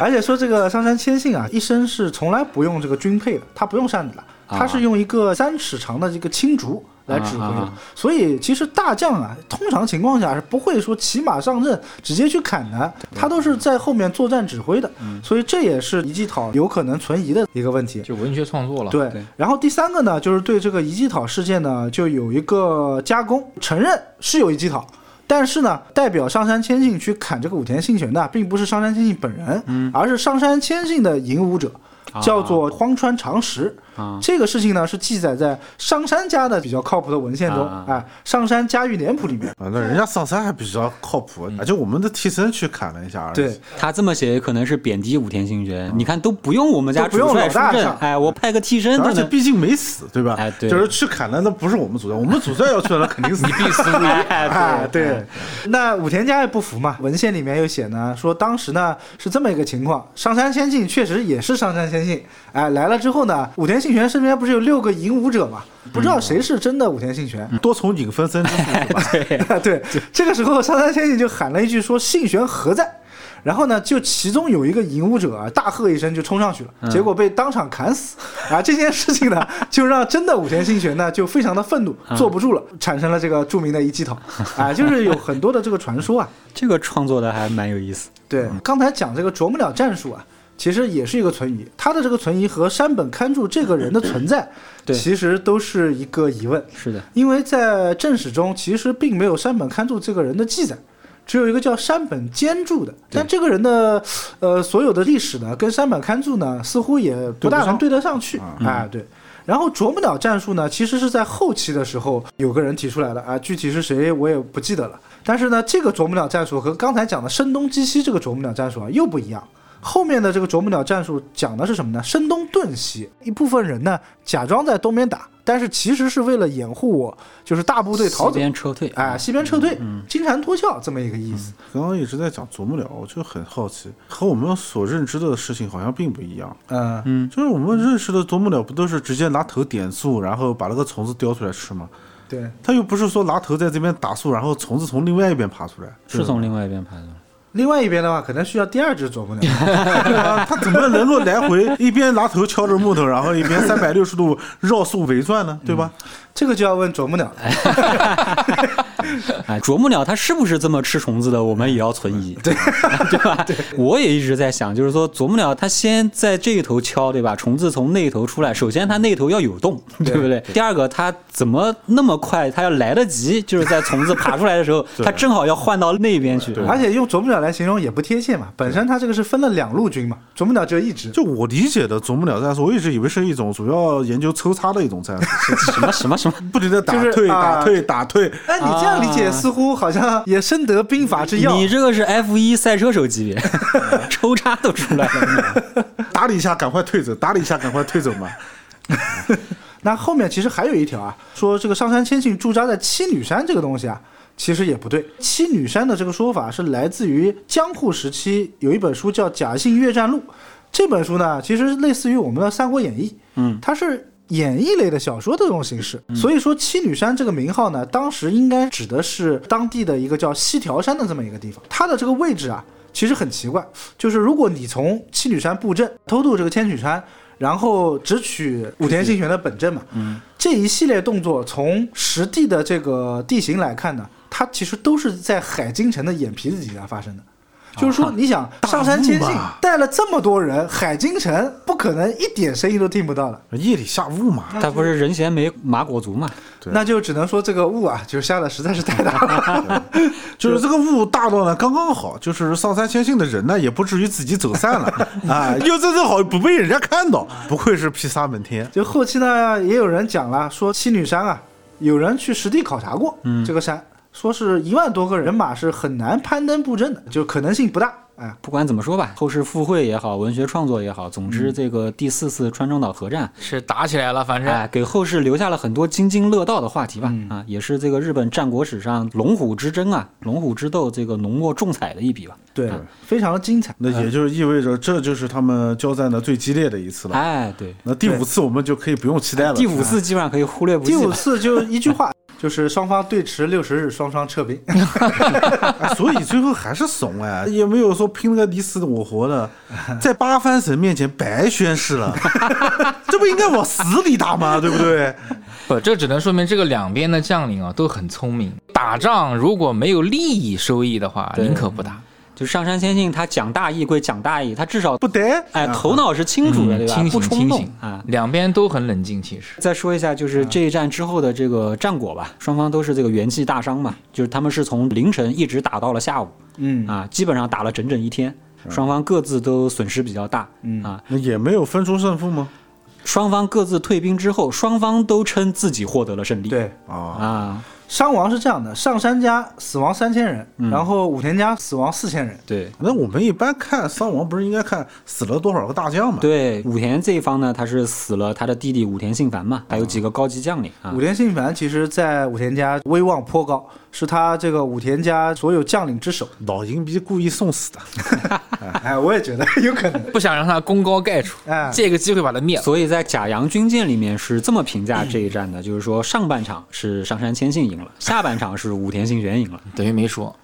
[SPEAKER 2] 而且说这个上杉谦信啊，一身是从来不用这个军配的，他不用扇子的，
[SPEAKER 4] 啊
[SPEAKER 2] 他是用一个三尺长的这个青竹来指挥
[SPEAKER 4] 啊啊
[SPEAKER 2] 的
[SPEAKER 4] 啊。
[SPEAKER 2] 所以其实大将啊，通常情况下是不会说骑马上阵直接去砍的，他都是在后面作战指挥的。所以这也是一季讨有可能存疑的一个问题。
[SPEAKER 5] 就文学创作了。，
[SPEAKER 2] 对
[SPEAKER 4] 对，
[SPEAKER 2] 然后第三个呢，就是对这个一季讨事件呢，就有一个加工，承认是有一季讨，但是呢，代表上杉谦信去砍这个武田信玄的，并不是上杉谦信本人，
[SPEAKER 4] 嗯
[SPEAKER 2] 而是上杉谦信的引武者，叫做荒川长实。
[SPEAKER 4] 啊
[SPEAKER 2] 这个事情呢，是记载在上杉家的比较靠谱的文献中，
[SPEAKER 4] 啊
[SPEAKER 2] 哎，上杉家御年谱里面。
[SPEAKER 3] 啊，那人家上山还比较靠谱，而且我们的替身去砍了一下而
[SPEAKER 4] 啊
[SPEAKER 3] 已。
[SPEAKER 2] 嗯对，
[SPEAKER 4] 他这么写可能是贬低武田信玄，你看都不用我们家
[SPEAKER 2] 都不
[SPEAKER 4] 主
[SPEAKER 2] 用
[SPEAKER 4] 帅
[SPEAKER 2] 老
[SPEAKER 4] 出
[SPEAKER 2] 大
[SPEAKER 4] 阵
[SPEAKER 2] 上，
[SPEAKER 4] 哎，我派个替身，他
[SPEAKER 3] 而且
[SPEAKER 4] 能
[SPEAKER 3] 毕竟没死，对吧？
[SPEAKER 4] 哎对
[SPEAKER 3] 就是去砍了，那不是我们主帅，我们主帅要去了，那肯定死。
[SPEAKER 5] 必死无疑。
[SPEAKER 2] 啊，对，那武田家也不服嘛。文献里面有写呢，说当时呢是这么一个情况，上杉谦信确实也是上杉谦信，哎，来了之后呢，武田信玄身边不是有六个引武者嘛，不知道谁是真的武田信玄。
[SPEAKER 3] 多重影分身之术是吧？
[SPEAKER 2] 对，这个时候上杉谦信就喊了一句说：“信玄何在？”然后呢，就其中有一个引武者啊，大喝一声就冲上去了，结果被当场砍死。啊，这件事情呢，就让真的武田信玄呢就非常的愤怒，坐不住了，产生了这个著名的一击讨。啊，就是有很多的这个传说啊。
[SPEAKER 4] 这个创作的还蛮有意思。
[SPEAKER 2] 对，刚才讲这个啄木鸟战术啊，其实也是一个存疑，他的这个存疑和山本勘助这个人的存在，
[SPEAKER 4] 对
[SPEAKER 2] 其实都是一个疑问。
[SPEAKER 4] 是的，
[SPEAKER 2] 因为在正史中其实并没有山本勘助这个人的记载，只有一个叫山本监助的。但这个人的呃所有的历史呢，跟山本勘助呢似乎也不大能对得上去啊、对。然后啄木鸟战术呢，其实是在后期的时候有个人提出来的啊，具体是谁我也不记得了。但是呢，这个啄木鸟战术和刚才讲的声东击西这个啄木鸟战术啊又不一样。后面的这个啄木鸟战术讲的是什么呢？声东顿西，一部分人呢假装在东边打，但是其实是为了掩护我，就是大部队逃
[SPEAKER 4] 西
[SPEAKER 2] 走，
[SPEAKER 4] 边撤退嗯
[SPEAKER 2] 哎，西边撤退，金蝉脱壳这么一个意思。
[SPEAKER 3] 刚刚一直在讲啄木鸟，我就很好奇，和我们所认知的事情好像并不一样。
[SPEAKER 2] 嗯，
[SPEAKER 3] 就是我们认识的啄木鸟，不都是直接拿头点树，然后把那个虫子叼出来吃吗？
[SPEAKER 2] 对，
[SPEAKER 3] 它又不是说拿头在这边打树，然后虫子从另外一边爬出来，
[SPEAKER 4] 是从另外一边拍的吗。
[SPEAKER 2] 另外一边的话，可能需要第二只啄 木鸟。
[SPEAKER 3] 对啊，它怎么能够来回一边拿头敲着木头，然后一边三百六十度绕树围转呢？对吧？
[SPEAKER 2] 这个就要问啄木鸟了。
[SPEAKER 4] 哎，啄木鸟它是不是这么吃虫子的，我们也要存疑，对 对吧？我也一直在想，就是说啄木鸟它先在这一头敲，对吧？虫子从那一头出来，首先它那一头要有洞，对不对？第二个，它怎么那么快？它要来得及，就是在虫子爬出来的时候，它正好要换到那边去。哎
[SPEAKER 2] 而且用啄木鸟来形容也不贴切嘛，本身它这个是分了两路军嘛，啄木鸟只有一支。
[SPEAKER 3] 就我理解的啄木鸟战术，我一直以为是一种主要研究抽插的一种战术，
[SPEAKER 4] 什么什么什么？
[SPEAKER 3] 不停的打
[SPEAKER 2] 就是
[SPEAKER 3] 退、
[SPEAKER 2] 啊
[SPEAKER 3] 打退、打退。
[SPEAKER 2] 哎，你这样理解
[SPEAKER 4] 啊
[SPEAKER 2] 似乎好像也深得兵法之要。
[SPEAKER 4] 你这个是 F 一赛车手级别， 抽插都出来了。
[SPEAKER 3] 打理一下，赶快退走；打理一下，赶快退走嘛。
[SPEAKER 2] 那后面其实还有一条啊，说这个上杉谦信驻扎在七女山这个东西啊，其实也不对。七女山的这个说法是来自于江户时期有一本书叫《假信越战录》，这本书呢，其实类似于我们的《三国演义》，嗯，它是。演义类的小说的这种形式，所以说七女山这个名号呢，当时应该指的是当地的一个叫西条山的这么一个地方。它的这个位置啊，其实很奇怪，就是如果你从七女山布阵偷渡这个千曲山，然后只取武田信玄的本阵嘛，这一系列动作从实地的这个地形来看呢，它其实都是在海津城的眼皮子底下发生的。就是说，你想上山千信带了这么多人，海津城不可能一点声音都听不到了，
[SPEAKER 3] 夜里下雾嘛，
[SPEAKER 4] 他不是人贤没麻果族嘛？
[SPEAKER 3] 对
[SPEAKER 2] 那就只能说这个雾啊，就下的实在是太大了。
[SPEAKER 3] 就是这个雾大到呢刚刚好，就是上山谦信的人呢也不至于自己走散了 啊，又正正好不被人家看到，不愧是披萨门天。
[SPEAKER 2] 就后期呢，也有人讲了，说七女山啊，有人去实地考察过、这个山，说是一万多个人马是很难攀登布阵的，就可能性不大。哎，
[SPEAKER 4] 不管怎么说吧，后世附会也好，文学创作也好，总之这个第四次川中岛核战，
[SPEAKER 5] 是打起来了，
[SPEAKER 2] 嗯
[SPEAKER 5] 反正
[SPEAKER 4] 哎，给后世留下了很多津津乐道的话题吧。啊，也是这个日本战国史上龙虎之争啊、龙虎之斗这个浓墨重彩的一笔吧。
[SPEAKER 2] 对，非常的精彩。
[SPEAKER 3] 那也就意味着这就是他们交战的最激烈的一次了。
[SPEAKER 4] 哎，对，
[SPEAKER 3] 那第五次我们就可以不用期待了。
[SPEAKER 4] 第五次基本上可以忽略不
[SPEAKER 2] 第
[SPEAKER 4] 计
[SPEAKER 2] 五
[SPEAKER 4] 了。
[SPEAKER 2] 次就一句话，就是双方对峙六十日，双双撤兵。
[SPEAKER 3] 哎，所以最后还是怂哎， 也没有说拼了个你死我活 的，在八幡神面前白宣誓了， 这不应该往死里打吗？对不对？
[SPEAKER 5] 不，这只能说明这个两边的将领啊都很聪明。打仗如果没有利益收益的话，
[SPEAKER 4] 对
[SPEAKER 5] 宁可不打。
[SPEAKER 4] 就上杉谦信他讲大义归讲大义，他至少
[SPEAKER 3] 不得，
[SPEAKER 2] 啊
[SPEAKER 3] 啊
[SPEAKER 4] 哎头脑是嗯清楚的，对吧？
[SPEAKER 5] 清
[SPEAKER 4] 不
[SPEAKER 5] 醒
[SPEAKER 4] 冲
[SPEAKER 5] 清
[SPEAKER 4] 动
[SPEAKER 5] 醒
[SPEAKER 4] 啊。
[SPEAKER 5] 两边都很冷静，其实
[SPEAKER 4] 再说一下，
[SPEAKER 2] 嗯
[SPEAKER 4] 就是这一战之后的这个战果吧，双方都是这个元气大伤嘛，就是他们是从凌晨一直打到了下午，
[SPEAKER 2] 嗯，
[SPEAKER 4] 啊，基本上打了整整一天，双方各自都损失比较大，
[SPEAKER 2] 嗯
[SPEAKER 4] 啊，
[SPEAKER 3] 那也没有分出胜负吗？
[SPEAKER 4] 双方各自退兵之后，双方都称自己获得了胜利，
[SPEAKER 2] 对，
[SPEAKER 3] 啊，
[SPEAKER 4] 啊，
[SPEAKER 2] 伤亡是这样的：上山家死亡三千人，然后武田家死亡四千人。
[SPEAKER 4] 对。
[SPEAKER 3] 那我们一般看伤亡不是应该看死了多少个大将吗？
[SPEAKER 4] 对武田这一方呢，他是死了他的弟弟武田信繁嘛，还有几个高级将领啊
[SPEAKER 2] 嗯武。田信繁其实，在武田家威望颇高，是他这个武田家所有将领之首。
[SPEAKER 3] 老银逼故意送死 的，
[SPEAKER 2] 哎，我也觉得有可能。
[SPEAKER 5] 不想让他功高盖主
[SPEAKER 2] 哎，
[SPEAKER 5] 借个机会把他灭了。
[SPEAKER 4] 所以在甲阳军舰里面是这么 评价这一战的，就是说上半场是上杉谦信赢了，下半场是武田信玄赢了。
[SPEAKER 5] 等于没说，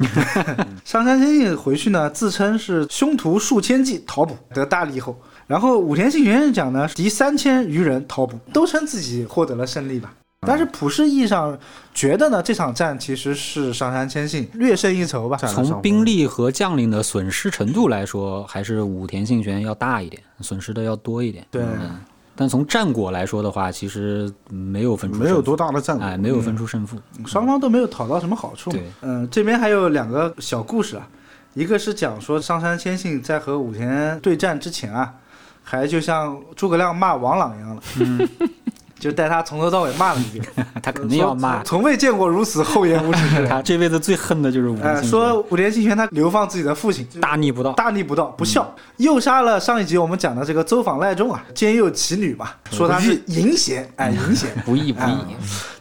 [SPEAKER 2] 上杉谦信回去呢，自称是凶徒数千计逃捕，得大利后。然后武田信玄是讲呢，敌三千余人逃捕，都称自己获得了胜利吧。但是普世意义上觉得呢，这场战其实是上杉谦信略胜一筹吧。
[SPEAKER 3] 占了上
[SPEAKER 4] 从
[SPEAKER 3] 风
[SPEAKER 4] 兵力和将领的损失程度来说，还是武田信玄要大一点，损失的要多一点。嗯
[SPEAKER 2] 对，
[SPEAKER 4] 但从战果来说的话，其实没有分出
[SPEAKER 3] 没有
[SPEAKER 4] 胜负
[SPEAKER 3] 多大的战果。
[SPEAKER 4] 哎，没有分出胜负。
[SPEAKER 2] 双方都没有讨到什么好处嘛
[SPEAKER 4] 对。
[SPEAKER 2] 嗯，这边还有两个小故事啊，一个是讲说上杉谦信在和武田对战之前啊，还就像诸葛亮骂王朗一样了， 就带他从头到尾骂了一遍。
[SPEAKER 4] 哎他肯定要
[SPEAKER 2] 说
[SPEAKER 4] 骂，
[SPEAKER 2] 从未见过如此厚颜无耻之 人。
[SPEAKER 4] 他这辈子最恨的就是武
[SPEAKER 2] 呃
[SPEAKER 4] 田，信玄
[SPEAKER 2] 说武田信玄他流放自己的父亲，
[SPEAKER 4] 大逆不道。
[SPEAKER 2] 大逆不道，不孝，
[SPEAKER 4] 嗯
[SPEAKER 2] 诱杀了上一集我们讲的这个邹访赖仲啊，奸诱其女嘛，
[SPEAKER 4] 嗯
[SPEAKER 2] 说他是淫邪，哎，淫 邪。
[SPEAKER 5] 不义不义。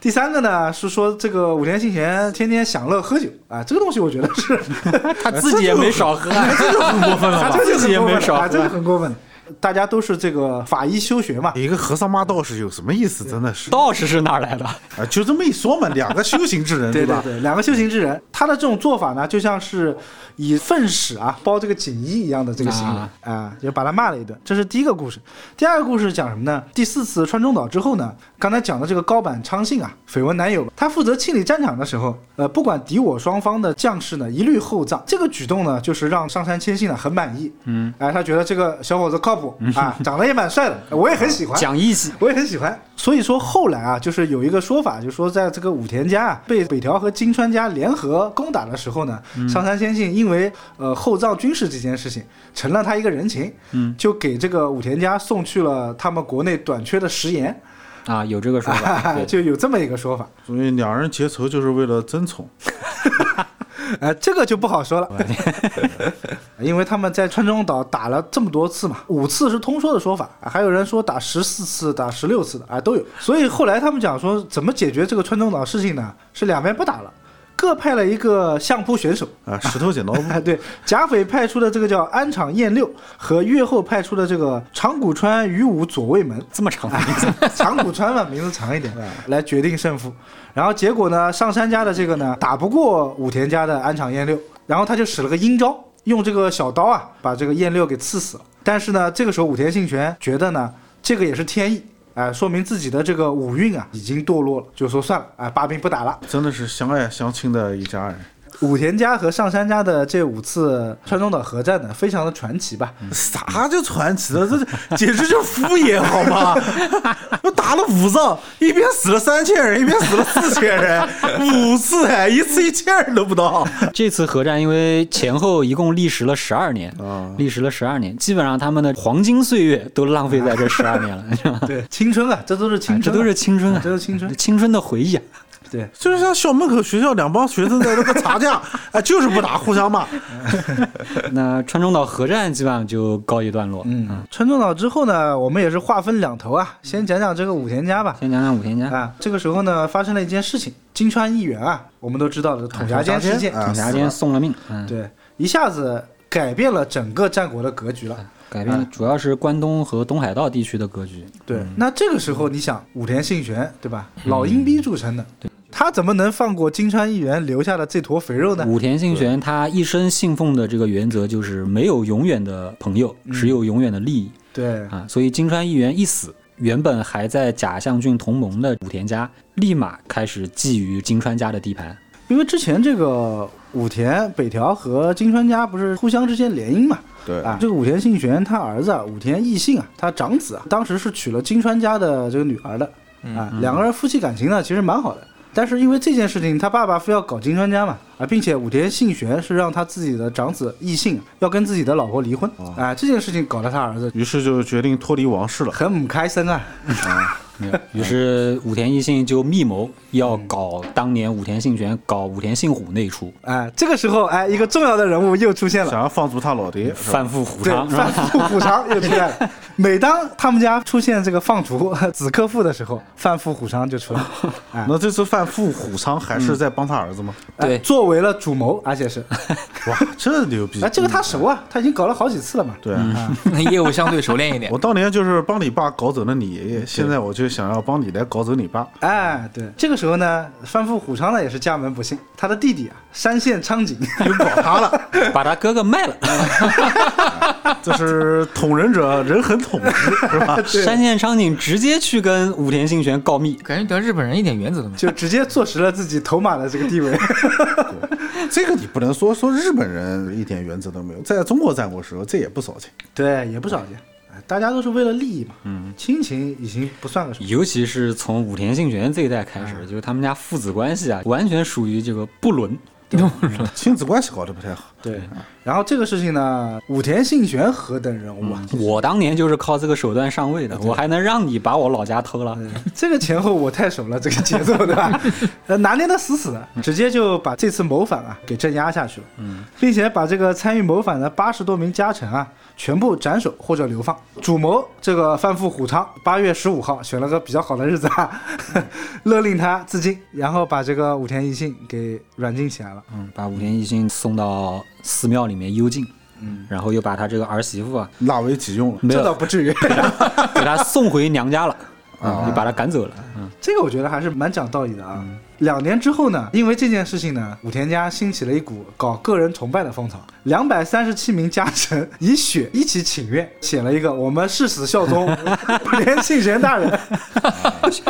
[SPEAKER 2] 第三个呢是说这个武田信玄天天享乐喝酒啊，这个东西我觉得是 呃
[SPEAKER 4] 他自己也没少喝，啊
[SPEAKER 3] 这就很过分了
[SPEAKER 2] 他
[SPEAKER 3] 吧？
[SPEAKER 2] 这个
[SPEAKER 4] 自己也没少
[SPEAKER 2] 啊，这个很过分。大家都是这个法医修学嘛，
[SPEAKER 3] 一个和尚骂道士有什么意思？真的是
[SPEAKER 4] 道士是哪儿来的？
[SPEAKER 3] 啊，就这么一说嘛，两个修行之 人，
[SPEAKER 2] 对
[SPEAKER 3] 吧？
[SPEAKER 2] 对，两个修行之人，他的这种做法呢，就像是以粪屎啊包这个锦衣一样的这个行为
[SPEAKER 4] 啊
[SPEAKER 2] 啊、就把他骂了一顿。这是第一个故事。第二个故事讲什么呢？第四次川中岛之后呢，刚才讲的这个高坂昌信啊，绯闻男友，他负责清理战场的时候，呃，不管敌我双方的将士呢，一律厚葬。这个举动呢，就是让上杉谦信呢很满意，嗯，哎、他觉得这个小伙子靠谱啊，长得也蛮帅的，我也很喜欢。
[SPEAKER 4] 讲义气，
[SPEAKER 2] 我也很喜欢。所以说后来啊，就是有一个说法，就说在这个武田家啊被北条和金川家联合攻打的时候呢，上杉谦信因为呃厚葬军事这件事情成了他一个人情，嗯，就给这个武田家送去了他们国内短缺的食盐，
[SPEAKER 4] 啊，有这个说 法，对
[SPEAKER 2] 就有这么一个说法。
[SPEAKER 3] 所以两人结仇就是为了争宠。
[SPEAKER 2] 哎，这个就不好说了，因为他们在川中岛打了这么多次嘛，五次是通说的说法，还有人说打十四次、打十六次的啊都有。所以后来他们讲说，怎么解决这个川中岛事情呢？是两边不打了，各派了一个相扑选手。
[SPEAKER 3] 啊，石头剪刀 布，
[SPEAKER 2] 啊，对，甲斐派出的这个叫安场彦六和越后派出的这个长谷川于武左卫门，
[SPEAKER 4] 这么长的名字， 啊
[SPEAKER 2] 长谷川嘛，名字长 一点，来决定胜负。然后结果呢，上山家的这个呢打不过武田家的安场彦六，然后他就使了个阴招，用这个小刀啊把这个彦六给刺死了。但是呢，这个时候武田信玄觉得呢，这个也是天意。哎，说明自己的这个武运啊已经堕落了，就说算了，哎，罢兵不打了。
[SPEAKER 3] 真的是相爱相亲的一家人。
[SPEAKER 2] 武田家和上杉家的这五次川中岛合战呢，非常的传奇吧？
[SPEAKER 3] 啥就传奇了？这简直就是敷衍好 吗？我打了五仗，一边死了三千人，一边死了四千人，五次哎，一次一千人都不到。
[SPEAKER 4] 这次核战因为前后一共历时了十二年
[SPEAKER 3] 啊，
[SPEAKER 4] 历时了十二年，基本上他们的黄金岁月都浪费在这十二年了，是吧？
[SPEAKER 2] 对，青春啊，这都是青
[SPEAKER 4] 这
[SPEAKER 2] 春啊、
[SPEAKER 4] 都是青春啊，
[SPEAKER 2] 这都是青春。
[SPEAKER 4] 青春的回忆啊！
[SPEAKER 2] 对，
[SPEAKER 3] 就是像校门口学校两帮学生在那个打 架，哎，就是不打，互相骂。
[SPEAKER 4] 那川中岛核战基本上就告一段落。
[SPEAKER 2] 嗯，川中岛之后呢，我们也是划分两头啊，先讲讲这个武田家吧。
[SPEAKER 4] 先讲讲武田家，
[SPEAKER 2] 啊，这个时候呢，发生了一件事情，金川议员啊，我们都知道的统辖间事件，
[SPEAKER 3] 啊
[SPEAKER 4] 董家间送了命，嗯，
[SPEAKER 2] 对，一下子改变了整个战国的格局了。
[SPEAKER 4] 改变了主要是关东和东海道地区的格局。
[SPEAKER 2] 对，那这个时候你想，武田信玄对吧，老阴逼著称的，他怎么能放过金川议员留下的这坨肥肉呢？
[SPEAKER 4] 嗯武田信玄他一生信奉的这个原则就是没有永远的朋友，只有永远的利益
[SPEAKER 2] 对，
[SPEAKER 4] 啊。所以金川议员一死，原本还在假象郡同盟的武田家立马开始觊觎金川家的地盘。
[SPEAKER 2] 因为之前这个武田北条和金川家不是互相之间联姻嘛？
[SPEAKER 3] 对
[SPEAKER 2] 啊，这个武田信玄他儿子啊，武田义信啊，他长子啊，当时是娶了金川家的这个女儿的啊，两个人夫妻感情呢其实蛮好的。但是因为这件事情，他爸爸非要搞金川家嘛啊，并且武田信玄是让他自己的长子义信要跟自己的老婆离婚啊，这件事情搞得他儿子
[SPEAKER 3] 于是就决定脱离王 室了。
[SPEAKER 2] 很不开心啊。
[SPEAKER 4] 没有，于是武田义信就密谋要搞当年武田信玄搞武田信虎内出，
[SPEAKER 2] 哎，这个时候哎，一个重要的人物又出现了，
[SPEAKER 3] 想要放逐他老爹，是吧
[SPEAKER 4] 反复虎
[SPEAKER 2] 对，
[SPEAKER 4] 昌是吧
[SPEAKER 2] 范？富虎昌 又出来了。每当他们家出现这个放逐 子克父的时候，范富虎昌就出 来了。哎，
[SPEAKER 3] 那这次范富虎昌还是在帮他儿子吗？
[SPEAKER 2] 哎
[SPEAKER 4] 对
[SPEAKER 2] 作为了主谋，而且 是，
[SPEAKER 3] 哇，这牛逼！
[SPEAKER 2] 哎，这个他熟啊，他已经搞了好几次了嘛。
[SPEAKER 3] 对， 啊
[SPEAKER 5] 业务相对熟练一点
[SPEAKER 3] 我。当年就是帮你爸搞走了你爷爷，现在我就想要帮你来搞走你爸。
[SPEAKER 2] 哎，对，这个时候呢，范富虎昌呢也是家门不幸，他的弟弟啊，山县昌景 又搞他了。
[SPEAKER 4] 把他哥哥卖了。
[SPEAKER 3] 这是捅人者人很捅之，是吧？
[SPEAKER 4] 山县昌景直接去跟武田信玄告密，
[SPEAKER 5] 感觉得日本人一点原则都没有。
[SPEAKER 2] 就直接坐实了自己头马的这个地 位。
[SPEAKER 3] 这个你不能说说日本人一点原则都没有，在中国战国时候这也不少 见。
[SPEAKER 2] 对，也不少见，哎大家都是为了利益嘛。嗯，亲情已经不算个什么。
[SPEAKER 4] 尤其是从武田信玄这一代开始，就是他们家父子关系啊，完全属于这个不伦。
[SPEAKER 3] 亲子关系搞得不太好，
[SPEAKER 2] 对，然后这个事情呢，武田信玄何等人物啊！
[SPEAKER 4] 我当年就是靠这个手段上位的，我还能让你把我老家偷了？
[SPEAKER 2] 这个前后我太熟了，这个节奏对 吧？呃，拿捏的死死的，直接就把这次谋反啊给镇压下去了，嗯，并且把这个参与谋反的八十多名家臣啊全部斩首或者流放。主谋这个范富虎昌，八月十五号选了个比较好的日子啊， 勒令他自尽，然后把这个武田义信给软禁起来了。
[SPEAKER 4] 嗯，把武田义信送到寺庙里面幽禁。然后又把他这个儿媳妇啊，
[SPEAKER 3] 纳为己用了。
[SPEAKER 4] 没
[SPEAKER 2] 这
[SPEAKER 4] 有
[SPEAKER 2] 倒不至于，
[SPEAKER 4] 给他送回娘家了，啊，就把他赶走了。嗯，
[SPEAKER 2] 这个我觉得还是蛮讲道理的啊。两年之后呢，因为这件事情呢，武田家兴起了一股搞个人崇拜的风潮，两百三十七名家臣以血一起请愿，写了一个“我们誓死效忠 武田信玄大人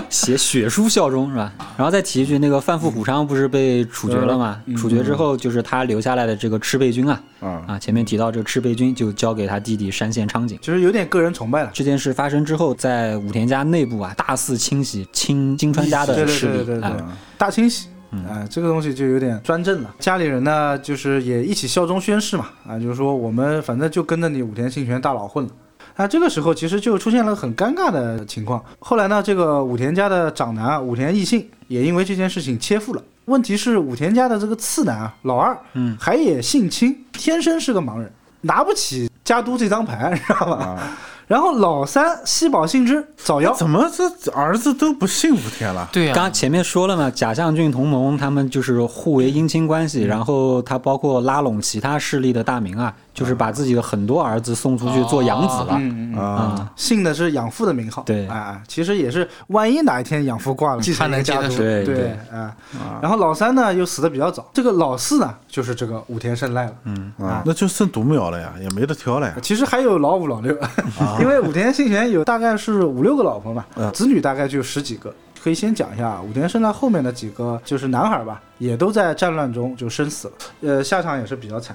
[SPEAKER 4] 写血书效忠是吧？然后再提一句，那个范
[SPEAKER 2] 嗯
[SPEAKER 4] 富虎昌不是被处决了吗？处决之后，就是他留下来的这个赤备军啊，
[SPEAKER 3] 啊
[SPEAKER 4] 啊，前面提到这个赤备军就交给他弟弟山县昌景”，。
[SPEAKER 2] 就是有点个人崇拜了。
[SPEAKER 4] 这件事发生之后，在武田家内部啊，大肆清洗清金川家
[SPEAKER 2] 对
[SPEAKER 4] 的
[SPEAKER 2] 对
[SPEAKER 4] 势
[SPEAKER 2] 对对
[SPEAKER 4] 力，嗯
[SPEAKER 2] 对对
[SPEAKER 4] 啊，
[SPEAKER 2] 大清洗。啊、这个东西就有点专政了。家里人呢，就是也一起效忠宣誓嘛，啊、就是说我们反正就跟着你武田信玄大佬混了。啊，这个时候其实就出现了很尴尬的情况。后来呢，这个武田家的长男啊，武田义信也因为这件事情切腹了。问题是武田家的这个次男啊，老二，
[SPEAKER 4] 嗯，
[SPEAKER 2] 海野信清天生是个盲人，拿不起家督这张牌，你知道吧？
[SPEAKER 4] 啊
[SPEAKER 2] 然后老三西保信之早夭，
[SPEAKER 3] 怎么这儿子都不信武天了？啊
[SPEAKER 5] 对呀、啊
[SPEAKER 4] 刚前面说了嘛，假象郡同盟他们就是互为姻亲关
[SPEAKER 2] 嗯
[SPEAKER 4] 系，然后他包括拉拢其他势力的大名啊，就是把自己的很多儿子送出去做养子了。
[SPEAKER 2] 嗯嗯嗯
[SPEAKER 3] 啊，
[SPEAKER 4] 啊，
[SPEAKER 2] 姓的是养父的名号，
[SPEAKER 4] 对
[SPEAKER 2] 啊，其实也是，万一哪一天养父挂了，继承
[SPEAKER 5] 他能
[SPEAKER 2] 一个家
[SPEAKER 5] 接得
[SPEAKER 2] 族，
[SPEAKER 5] 住
[SPEAKER 4] 对
[SPEAKER 2] 对
[SPEAKER 4] 对
[SPEAKER 2] 啊。然后老三呢又死的比较早，这个老四呢就是这个武田胜赖了，嗯
[SPEAKER 3] 啊，那就剩独苗了呀，也没得挑了呀。
[SPEAKER 2] 其实还有老五老六， 因为武田信玄有大概是五六个老婆嘛，
[SPEAKER 3] 嗯
[SPEAKER 2] 子女大概就十几个。可以先讲一下武田胜赖后面的几个就是男孩吧，也都在战乱中就生死了，呃，下场也是比较惨。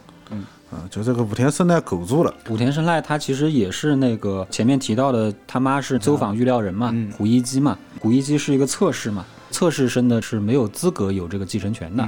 [SPEAKER 3] 啊，就这个武田胜赖苟住 了。
[SPEAKER 4] 呃武田胜赖他其实也是那个前面提到的，他妈是走访预料人嘛，
[SPEAKER 2] 嗯
[SPEAKER 4] 古一基嘛，古一基是一个侧室嘛，侧室生的是没有资格有这个继承权的，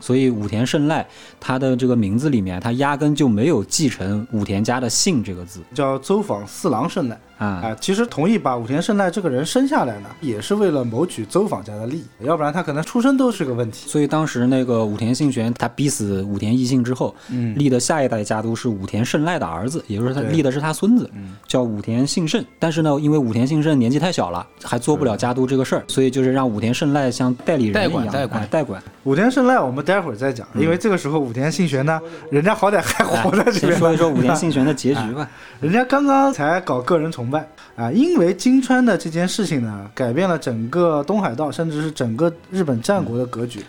[SPEAKER 4] 所以武田胜赖他的这个名字里面，他压根就没有继承武田家的姓这个字
[SPEAKER 2] 叫邹访四郎胜赖
[SPEAKER 4] 啊。
[SPEAKER 2] 啊，其实同意把武田胜赖这个人生下来呢，也是为了谋取邹访家的利益，要不然他可能出生都是个问题。
[SPEAKER 4] 所以当时那个武田信玄他逼死武田义信之后，
[SPEAKER 2] 嗯
[SPEAKER 4] 立的下一代家督是武田胜赖的儿子，也就是他
[SPEAKER 2] 对嗯
[SPEAKER 4] 立的是他孙子，叫武田信胜。但是呢，因为武田信胜年纪太小了，还做不了家督这个事
[SPEAKER 2] 嗯
[SPEAKER 4] 儿，所以就是让武田胜赖像代理人
[SPEAKER 5] 代
[SPEAKER 4] 一样
[SPEAKER 5] 管代管
[SPEAKER 4] 哎 代管。
[SPEAKER 2] 武田胜赖我们待会儿再讲，因为这个时候武田信玄呢，人家好歹还
[SPEAKER 4] 哎
[SPEAKER 2] 活在这
[SPEAKER 4] 先
[SPEAKER 2] 边，
[SPEAKER 4] 说一说武田信玄的结局吧。
[SPEAKER 2] 人家刚刚才搞个人崇拜啊，因为金川的这件事情呢，改变了整个东海道，甚至是整个日本战国的格局，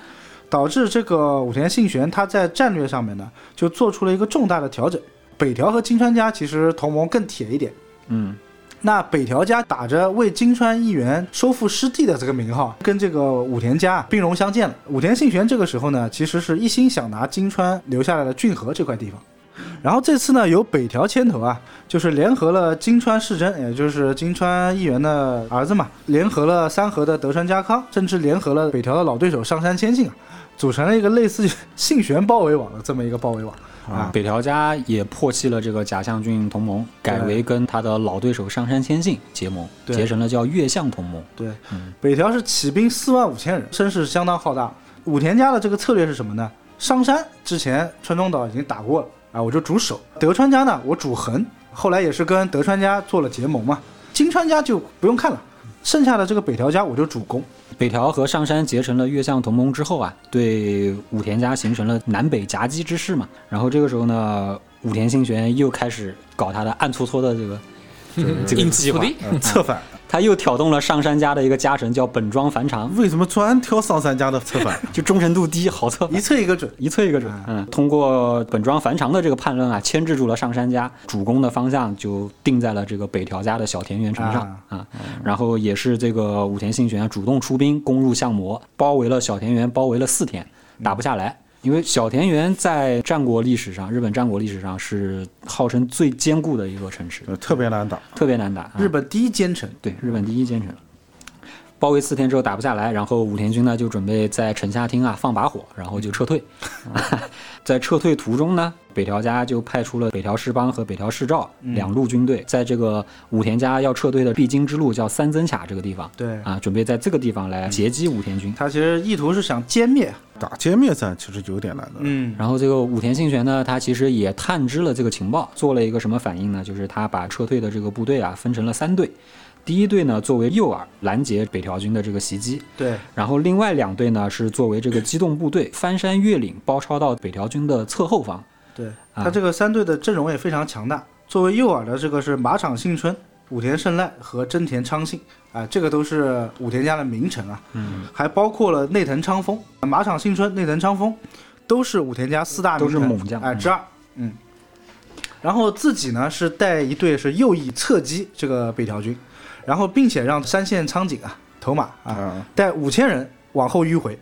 [SPEAKER 2] 导致这个武田信玄他在战略上面呢，就做出了一个重大的调整。北条和金川家其实同盟更铁一点，
[SPEAKER 4] 嗯，
[SPEAKER 2] 那北条家打着为金川议员收复失地的这个名号，跟这个武田家啊兵戎相见了。武田信玄这个时候呢，其实是一心想拿金川留下来的骏河这块地方。然后这次呢，由北条牵头啊，就是联合了金川世真，也就是金川议员的儿子嘛，联合了三河的德川家康，甚至联合了北条的老对手上杉谦信啊，组成了一个类似于信玄包围网的这么一个包围网 啊。
[SPEAKER 4] 北条家也破弃了这个假象郡同盟，改
[SPEAKER 2] 对
[SPEAKER 4] 为跟他的老对手上杉谦信结盟，
[SPEAKER 2] 对
[SPEAKER 4] 结成了叫月相同盟。
[SPEAKER 2] 对，北条是起兵四万五千人，声势相当浩大。武田家的这个策略是什么呢？上山之前川中岛已经打过了啊，我就主守；德川家呢，我主横。后来也是跟德川家做了结盟嘛，金川家就不用看了，剩下的这个北条家我就主攻。
[SPEAKER 4] 北条和上杉结成了月相同盟之后啊，对武田家形成了南北夹击之势嘛。然后这个时候呢，武田信玄又开始搞他的暗搓搓的这个这个
[SPEAKER 5] 硬
[SPEAKER 4] 计
[SPEAKER 5] 气
[SPEAKER 4] 划，
[SPEAKER 3] 呃策反，
[SPEAKER 4] 他又挑动了上杉家的一个家臣叫本庄繁长，
[SPEAKER 3] 为什么专挑上杉家的策 反？
[SPEAKER 4] 就忠诚度低，好策
[SPEAKER 2] 一
[SPEAKER 4] 反。
[SPEAKER 2] 测一个准。
[SPEAKER 4] 一寸一个准，嗯，通过本庄繁长的这个叛乱啊，牵制住了上杉家，主攻的方向就定在了这个北条家的小田园城上
[SPEAKER 2] 啊
[SPEAKER 4] 啊，然后也是这个武田信玄啊主动出兵攻入相模，包围了小田园，包围了四天，打不下来。因为小田园在战国历史上，日本战国历史上是号称最坚固的一座城市，
[SPEAKER 3] 呃特别难打。
[SPEAKER 4] 特别难打。啊
[SPEAKER 2] 日本第一奸臣，
[SPEAKER 4] 对，日本第一坚城。包围四天之后打不下来，然后武田军呢就准备在城下町啊放把火，然后就撤退。 在撤退途中呢，北条家就派出了北条氏邦和北条氏照两路军队，在这个武田家要撤退的必经之路叫三增卡这个地方，
[SPEAKER 2] 对
[SPEAKER 4] 啊，准备在这个地方来截击武田军。
[SPEAKER 2] 他其实意图是想歼灭。
[SPEAKER 3] 打歼灭战其实有点难的。
[SPEAKER 2] 嗯，
[SPEAKER 4] 然后这个武田信玄呢，他其实也探知了这个情报，做了一个什么反应呢？就是他把撤退的这个部队啊分成了三队，第一队呢作为诱饵拦截北条军的这个袭击，
[SPEAKER 2] 对，
[SPEAKER 4] 然后另外两队呢是作为这个机动部队翻山越岭包抄到北条军的侧后方，
[SPEAKER 2] 对
[SPEAKER 4] 啊
[SPEAKER 2] 他这个三队的阵容也非常强大。作为右耳的这个是马场幸春、武田胜赖和真田昌幸，啊、这个都是武田家的名臣啊。嗯，还包括了内藤昌丰、马场幸春、内藤昌丰，都是武田家四大名臣
[SPEAKER 4] 都是猛将
[SPEAKER 2] 哎、
[SPEAKER 4] 嗯
[SPEAKER 2] 之二。嗯，然后自己呢是带一队是右翼侧击这个北条军，然后并且让山县苍井啊头马啊
[SPEAKER 3] 啊，
[SPEAKER 2] 带五千人往后迂回，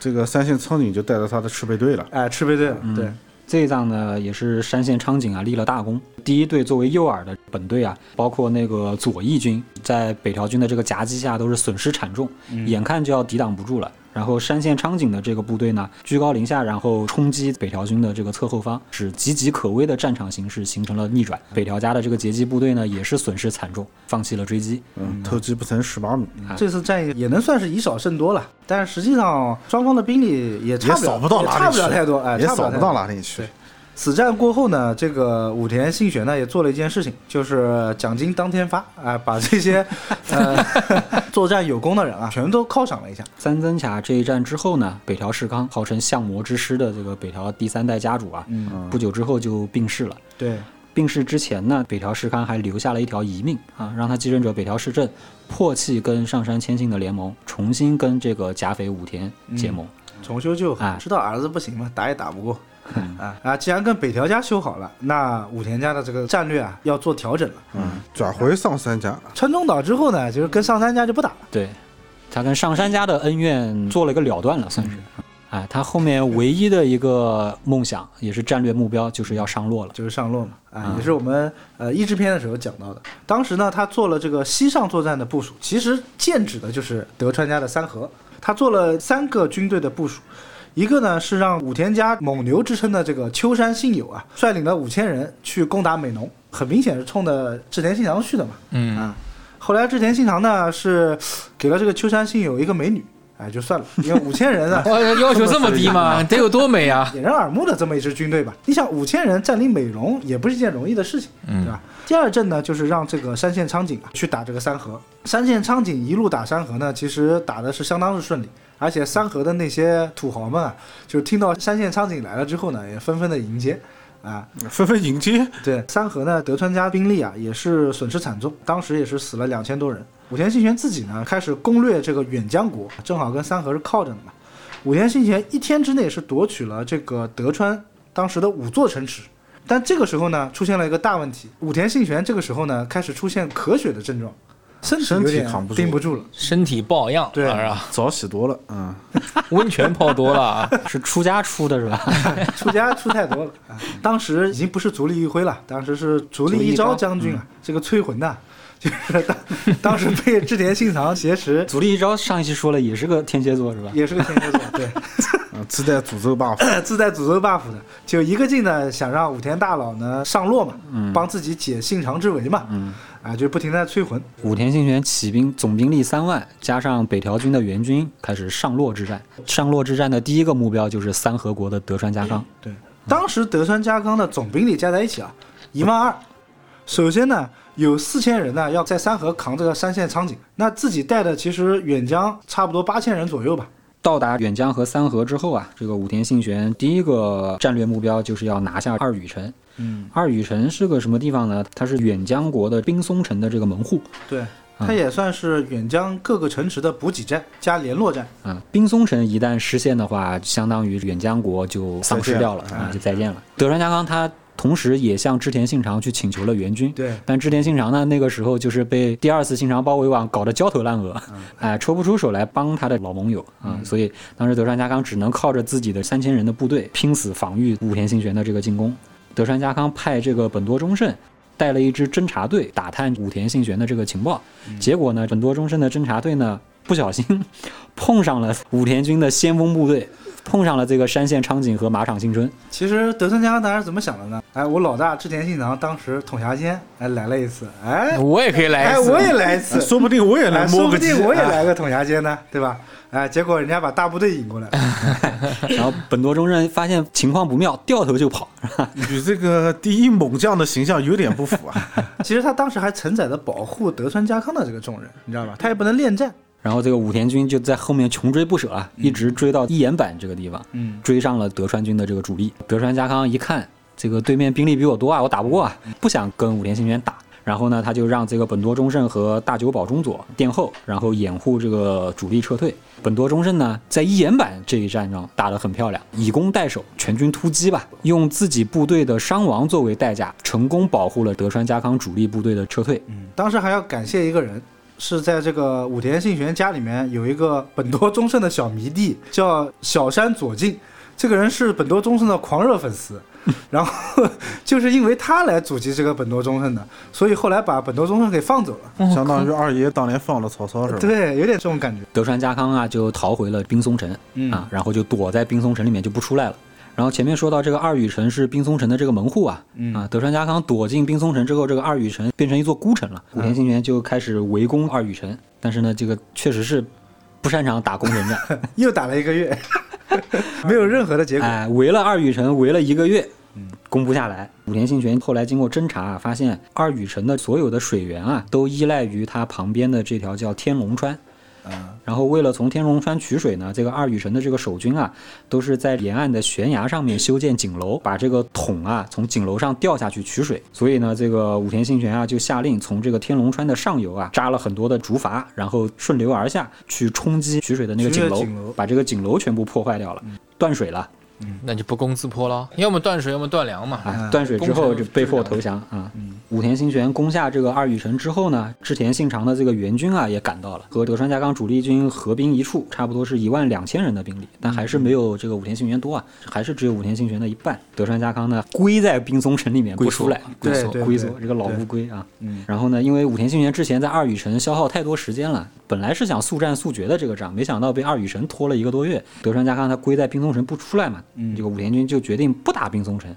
[SPEAKER 3] 这个三线苍井就带着他的赤备队了。
[SPEAKER 2] 哎、赤备队了，
[SPEAKER 4] 嗯
[SPEAKER 2] 对。
[SPEAKER 4] 这一仗呢，也是山县昌景啊立了大功。第一队作为右耳的本队啊，包括那个左翼军，在北条军的这个夹击下都是损失惨重，
[SPEAKER 2] 嗯
[SPEAKER 4] 眼看就要抵挡不住了。然后山县昌景的这个部队呢，居高临下，然后冲击北条军的这个侧后方，使岌岌可危的战场形势形成了逆转。北条家的这个截击部队呢，也是损失惨重，放弃了追击。
[SPEAKER 3] 嗯，偷鸡不成蚀把米，
[SPEAKER 2] 这次战役也能算是以少胜多了，但是实际上双方的兵力也差
[SPEAKER 3] 也
[SPEAKER 2] 不了
[SPEAKER 3] 扫不到
[SPEAKER 2] 也
[SPEAKER 3] 哪里去，
[SPEAKER 2] 差不了太多，哎，
[SPEAKER 3] 也
[SPEAKER 2] 差
[SPEAKER 3] 扫
[SPEAKER 2] 不了太
[SPEAKER 3] 不
[SPEAKER 2] 多
[SPEAKER 3] 到。哪里去。
[SPEAKER 2] 此战过后呢，这个武田信玄呢也做了一件事情，就是奖金当天发，啊、把这些呃 作战有功的人啊，全都犒赏了一下。
[SPEAKER 4] 三增卡这一战之后呢，北条氏康号称相魔之师的这个北条第三代家主啊，
[SPEAKER 2] 嗯
[SPEAKER 4] 不久之后就病逝了。
[SPEAKER 2] 对，
[SPEAKER 4] 病逝之前呢，北条时康还留下了一条遗命啊，让他继任者北条时政破弃跟上杉谦信的联盟，重新跟这个甲斐武田结盟。
[SPEAKER 2] 重修旧好
[SPEAKER 4] 哎，
[SPEAKER 2] 知道儿子不行嘛，打也打不 过。
[SPEAKER 3] 嗯
[SPEAKER 2] 啊啊！既然跟北条家修好了，那武田家的这个战略啊要做调整了。
[SPEAKER 3] 嗯，转回上三家，
[SPEAKER 2] 川中岛之后呢，就是跟上杉家就不打了。
[SPEAKER 4] 对，他跟上杉家的恩怨做了一个了断了，算是。哎，他后面唯一的一个梦想，也是战略目标，就是要上 洛了。
[SPEAKER 2] 就是上洛嘛，啊、也是我们呃一制片的时候讲到的。当时呢，他做了这个西上作战的部署，其实剑指的就是德川家的三河。他做了三个军队的部署，一个呢是让武田家蒙牛之称的这个秋山信友啊，率领了五千人去攻打美浓，很明显是冲着织田信长去的嘛。
[SPEAKER 5] 嗯，，
[SPEAKER 2] 啊，后来织田信长呢是给了这个秋山信友一个美女，哎，就算了，因为五千人啊
[SPEAKER 5] 哇，要求这么低 吗？得有多美啊！
[SPEAKER 2] 掩人耳目的这么一支军队吧。你想五千人占领美容也不是一件容易的事情，
[SPEAKER 5] 嗯
[SPEAKER 2] 对啊吧？第二阵呢，就是让这个山县昌景啊去打这个三河。山县昌景一路打山河呢，其实打的是相当是顺利，而且三河的那些土豪们啊，就是听到山县昌景来了之后呢，也纷纷的迎接。啊，
[SPEAKER 3] 纷纷迎接。
[SPEAKER 2] 对，三河呢，德川家兵力啊也是损失惨重，当时也是死了两千多人。武田信玄自己呢开始攻略这个远江国，正好跟三河是靠着的嘛。武田信玄一天之内是夺取了这个德川当时的五座城池，但这个时候呢，出现了一个大问题。武田信玄这个时候呢，开始出现咳血的症状，身体有
[SPEAKER 3] 身体
[SPEAKER 2] 点
[SPEAKER 3] 扛不住
[SPEAKER 2] 顶不住了。
[SPEAKER 5] 身体抱恙，
[SPEAKER 2] 对
[SPEAKER 5] 是吧？
[SPEAKER 3] 澡洗多了，嗯，
[SPEAKER 5] 温泉泡多了 啊，
[SPEAKER 4] 是出家出的是吧？
[SPEAKER 2] 出家出太 多了，啊当时已经不是足利义辉了，当时是足利义昭将军啊，这个崔魂呐，就是 当当时被织田信长挟持，
[SPEAKER 4] 足利一招上一期说了，也是个天蝎座是吧？
[SPEAKER 2] 也是个天蝎座，对，
[SPEAKER 3] 嗯自带诅咒 buff，
[SPEAKER 2] 自带诅咒 buff 的，就一个劲的想让武田大佬呢上洛嘛，帮自己解信长之围嘛，啊，就不停的催魂，
[SPEAKER 4] 武田信玄起兵总兵力三万，加上北条军的援军，开始上洛之战。上洛之战的第一个目标就是三河国的德川家康。
[SPEAKER 2] 对，当时德川家康的总兵力加在一起啊，一万二。首先呢，有四千人呢要在三河扛这个山县苍井，那自己带的其实远江差不多八千人左右吧。
[SPEAKER 4] 到达远江和三河之后啊，这个武田信玄第一个战略目标就是要拿下二羽城。
[SPEAKER 2] 嗯，
[SPEAKER 4] 二羽城是个什么地方呢？它是远江国的冰松城的这个门户。
[SPEAKER 2] 对，它也算是远江各个城池的补给站加联络站。
[SPEAKER 4] 啊，冰松城一旦失陷的话，相当于远江国就丧失掉了
[SPEAKER 3] 再见哎
[SPEAKER 4] 啊，就再见了。德川家康他同时也向织田信长去请求了援军，
[SPEAKER 2] 对
[SPEAKER 4] 但织田信长呢，那个时候就是被第二次信长包围网搞得焦头烂额，哎、抽不出手来帮他的老盟友啊、所以当时德川家康只能靠着自己的三千人的部队拼死防御武田信玄的这个进攻。德川家康派这个本多忠胜带了一支侦察队打探武田信玄的这个情报，结果呢，本多忠胜的侦察队呢不小心 碰上了武田军的先锋部队，碰上了这个山县昌景和马场幸春。
[SPEAKER 2] 其实德川家康当时怎么想的呢？哎，我老大织田信长当时统辖间，哎来了一次，哎
[SPEAKER 5] 我也可以来
[SPEAKER 2] 哎
[SPEAKER 5] 一次。
[SPEAKER 2] 我也来一次，
[SPEAKER 3] 说不定我也
[SPEAKER 2] 哎
[SPEAKER 3] 来
[SPEAKER 2] 说
[SPEAKER 3] 摸
[SPEAKER 2] 不
[SPEAKER 3] 个鸡，
[SPEAKER 2] 定我也
[SPEAKER 3] 哎
[SPEAKER 2] 来个统辖间呢，对吧？哎，结果人家把大部队引过来了。
[SPEAKER 4] 然后本多忠胜发现情况不妙，掉头就跑。
[SPEAKER 3] 与哎这个第一猛将的形象有点不符啊。
[SPEAKER 2] 其实他当时还承载着保护德川家康的这个重任，你知道吧？他也不能恋战。
[SPEAKER 4] 然后这个武田军就在后面穷追不舍啊，一直追到一岩坂这个地方，
[SPEAKER 2] 嗯，
[SPEAKER 4] 追上了德川军的这个主力。德川家康一看这个对面兵力比我多啊，我打不过啊，不想跟武田信玄打。然后呢，他就让这个本多忠胜和大久保中佐殿后，然后掩护这个主力撤退。本多忠胜呢，在一岩坂这一战上打得很漂亮，以攻代守，全军突击吧，用自己部队的伤亡作为代价，成功保护了德川家康主力部队的撤退。
[SPEAKER 2] 当时还要感谢一个人，是在这个武田信玄家里面有一个本多忠胜的小迷弟，叫小山左近。这个人是本多忠胜的狂热粉 丝，然后就是因为他来阻击这个本多忠胜的，所以后来把本多忠胜给放走了。
[SPEAKER 3] 相当于二爷当年放了曹操是吧？
[SPEAKER 2] 对，有点这种感觉。
[SPEAKER 4] 德川家康啊就逃回了冰松城、
[SPEAKER 2] 嗯
[SPEAKER 4] 啊，然后就躲在冰松城里面就不出来了。然后前面说到这个二羽城是冰松城的这个门户啊，啊，德川家康躲进冰松城之后，这个二羽城变成一座孤城了。武田信玄就开始围攻二羽城，但是呢，这个确实是不擅长打攻城战，
[SPEAKER 2] 又打了一个 月，没有任何的结果。
[SPEAKER 4] 哎，围了二羽城，围了一个月，攻不下来。武田信玄后来经过侦查啊，发现二羽城的所有的水源啊，都依赖于它旁边的这条叫天龙川。
[SPEAKER 2] 啊
[SPEAKER 4] 然后为了从天龙川取水呢，这个二羽城的这个守军啊，都是在沿岸的悬崖上面修建井楼，把这个桶啊从井楼上掉下去取水。所以呢，这个武田信玄啊就下令从这个天龙川的上游啊扎了很多的竹筏，然后顺流而下去冲击取水的那个
[SPEAKER 2] 取水
[SPEAKER 4] 井楼，
[SPEAKER 2] 井楼
[SPEAKER 4] 把这个井楼全部破坏掉了，断水了。
[SPEAKER 5] 那就不攻自破了，要么断水，要么断粮
[SPEAKER 2] 哎
[SPEAKER 5] 嘛。嗯
[SPEAKER 4] 啊，断水之后
[SPEAKER 5] 攻城
[SPEAKER 4] 就被迫
[SPEAKER 5] 之嗯
[SPEAKER 4] 投降啊。武田信玄攻下这个二羽城之后呢，织田信长的这个援军啊也赶到了，和德川家康主力军合兵一处，差不多是一万两千人的兵力，但还是没有这个武田信玄多啊，还是只有武田信玄的一半。德川家康呢归在冰松城里面不
[SPEAKER 5] 龟
[SPEAKER 4] 出
[SPEAKER 5] 缩
[SPEAKER 4] 来，
[SPEAKER 5] 龟
[SPEAKER 2] 对
[SPEAKER 5] 缩
[SPEAKER 2] 对
[SPEAKER 4] 龟缩
[SPEAKER 2] 对
[SPEAKER 4] 这个老
[SPEAKER 2] 对嗯
[SPEAKER 4] 乌龟啊。然后呢，因为武田信玄之前在二羽城消耗太多时间了，本来是想速战速决的这个仗，没想到被二羽城拖了一个多月。德川家康他归在冰松城不出来嘛，
[SPEAKER 2] 嗯
[SPEAKER 4] 这个武田军就决定不打冰松城，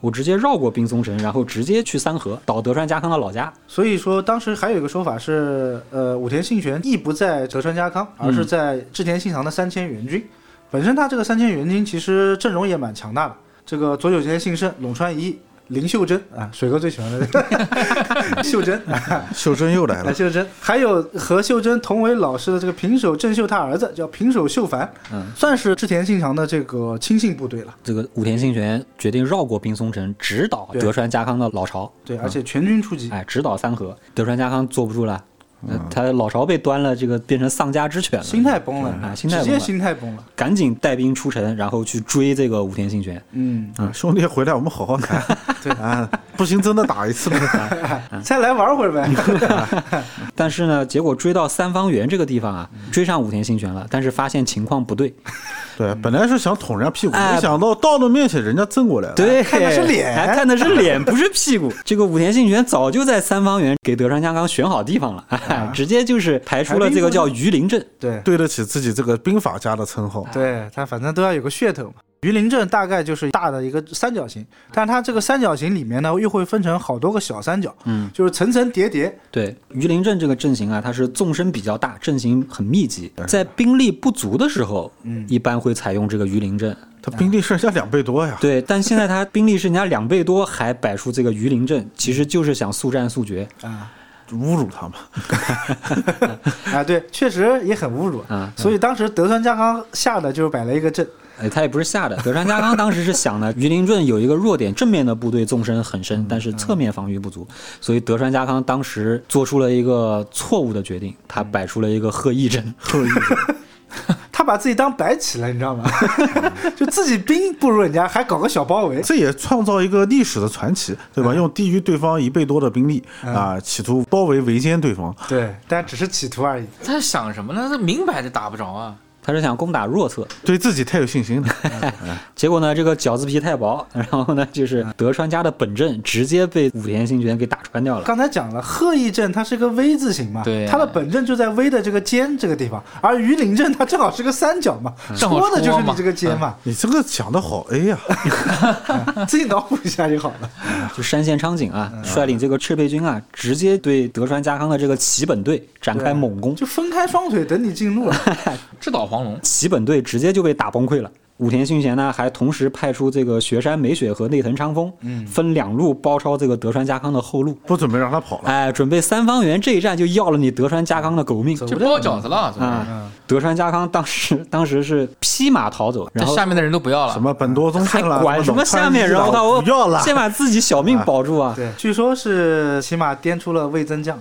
[SPEAKER 4] 我直接绕过冰松城，然后直接去三河倒德川家康的老家。
[SPEAKER 2] 所以说，当时还有一个说法是，呃，武田信玄亦不在德川家康，
[SPEAKER 4] 嗯
[SPEAKER 2] 而是在织田信长的三千援军。本身他这个三千援军其实阵容也蛮强大的，这个左久间信胜、陇川一、林秀珍啊，水哥最喜欢的 秀珍啊，
[SPEAKER 3] 秀珍又来
[SPEAKER 2] 来
[SPEAKER 3] 了，
[SPEAKER 2] 秀珍，还有和秀珍同为老师的这个平手正秀他儿子叫平手秀繁，
[SPEAKER 4] 嗯，
[SPEAKER 2] 算是织田信长的这个亲信部队了。
[SPEAKER 4] 这个武田信玄决定绕过冰松城，直捣
[SPEAKER 2] 对嗯
[SPEAKER 4] 德川家康的老巢。
[SPEAKER 2] 对，而且全军出击，
[SPEAKER 4] 哎，直捣三河，德川家康坐不住了，呃他老巢被端了，这个变成丧家之犬了，
[SPEAKER 2] 嗯心态崩了，
[SPEAKER 4] 啊心态
[SPEAKER 2] 直
[SPEAKER 4] 崩
[SPEAKER 2] 接
[SPEAKER 4] 了
[SPEAKER 2] 心态崩了。
[SPEAKER 4] 赶紧带兵出城，然后去追这个武田信玄。
[SPEAKER 2] 嗯，
[SPEAKER 3] 兄弟回来我们好好谈。对哎啊，不行真的打一次 呗。
[SPEAKER 4] 嗯
[SPEAKER 2] 再来玩会儿呗。
[SPEAKER 4] 但是呢，结果追到三方原这个地方啊，
[SPEAKER 2] 嗯
[SPEAKER 4] 追上武田信玄了，但是发现情况不对，
[SPEAKER 3] 对，本来是想捅人家屁股，
[SPEAKER 4] 哎
[SPEAKER 3] 没想到到了面前人家挣过来了。，
[SPEAKER 4] 对，
[SPEAKER 2] 看的是脸
[SPEAKER 4] 还看的是脸，不是屁股。这个武田信玄早就在三方原给德川家康选好地方了，
[SPEAKER 2] 啊
[SPEAKER 4] 哎 直接就是排除了这个叫鱼鳞阵。
[SPEAKER 2] 对
[SPEAKER 3] 对得起自己这个兵法家的称
[SPEAKER 5] 啊
[SPEAKER 3] 号。
[SPEAKER 2] 对，它反正都要有个噱头嘛。鱼鳞阵大概就是大的一个三角
[SPEAKER 5] 嗯
[SPEAKER 2] 形，但它这个三角形里面呢，又会分成好多个小三角，
[SPEAKER 4] 嗯，
[SPEAKER 2] 就是层层叠叠。
[SPEAKER 4] 对，鱼鳞阵这个阵型啊，它是纵深比较大，阵型很密集，在兵力不足的时候，
[SPEAKER 2] 嗯
[SPEAKER 4] 一般会采用这个鱼鳞阵。
[SPEAKER 3] 他兵力是人家两倍多呀。
[SPEAKER 4] 对，但现在他兵力是人家两倍多，还摆出这个鱼鳞阵，其实就是想速战速决。
[SPEAKER 5] 啊
[SPEAKER 3] 侮辱他们，
[SPEAKER 2] 啊，对，确实也很侮辱
[SPEAKER 4] 啊
[SPEAKER 2] 所以当时德川家康吓得就是摆了一个阵，
[SPEAKER 4] 哎，他也不是吓的。德川家康当时是想呢，鱼鳞阵有一个弱点，正面的部队纵深很深，但是侧面防御不足，所以德川家康当时做出了一个错误的决定，他摆出了一个鹤翼阵。
[SPEAKER 3] 特意
[SPEAKER 2] 他把自己当白起了，你知道吗？ 就自己兵不如人家，还搞个小包围。
[SPEAKER 3] 这也创造一个历史的传奇，
[SPEAKER 4] 嗯
[SPEAKER 3] 对吧？用低于对方一倍多的兵力啊，企图包围围歼对方。
[SPEAKER 2] 对，但只是企图而已。
[SPEAKER 5] 他想什么呢？他明摆着打不着啊。
[SPEAKER 4] 他是想攻打弱侧，
[SPEAKER 3] 对自己太有信心了，
[SPEAKER 4] 嗯结果呢，这个饺子皮太薄，然后呢，就是德川家的本阵直接被武田信玄给打穿掉了。
[SPEAKER 2] 刚才讲了，鹤翼阵它是个 V 字形嘛，
[SPEAKER 5] 对
[SPEAKER 2] 它的本阵就在 V 的这个尖这个地方，而鱼鳞阵它正好是个三角嘛，
[SPEAKER 5] 正好
[SPEAKER 2] 戳的就是
[SPEAKER 5] 戳
[SPEAKER 2] 你
[SPEAKER 5] 嘛
[SPEAKER 2] 这个尖嘛，
[SPEAKER 3] 你这个讲的好 A 呀、
[SPEAKER 2] 自己脑补一下就好了。
[SPEAKER 4] 就山县昌景啊，率领这个赤备军啊，直接对德川家康的这个旗本队展开猛攻
[SPEAKER 2] 就，分开双腿等你进入了。
[SPEAKER 5] 制导黄龙，
[SPEAKER 4] 旗本队直接就被打崩溃了。武田信玄呢，还同时派出这个雪山美雪和内藤昌丰，分两路包抄这个德川家康的后路。
[SPEAKER 3] 不准备让他跑了。
[SPEAKER 4] 哎，准备三方原这一战就要了你德川家康的狗命
[SPEAKER 5] 就包饺子了，怎
[SPEAKER 2] 嗯
[SPEAKER 5] 么？
[SPEAKER 4] 啊！德川家康当时 当时是披马逃走，
[SPEAKER 5] 这
[SPEAKER 4] 然后
[SPEAKER 5] 下面的人都不要了，
[SPEAKER 3] 什么本多忠
[SPEAKER 4] 嗯还
[SPEAKER 3] 胜了，
[SPEAKER 4] 管什么
[SPEAKER 3] 老川
[SPEAKER 4] 下面
[SPEAKER 3] 一
[SPEAKER 4] 人？
[SPEAKER 3] 了
[SPEAKER 4] 我靠！我
[SPEAKER 3] 不要了，
[SPEAKER 4] 先把自己小命保住啊！
[SPEAKER 2] 对，据说是起码颠出了味增酱，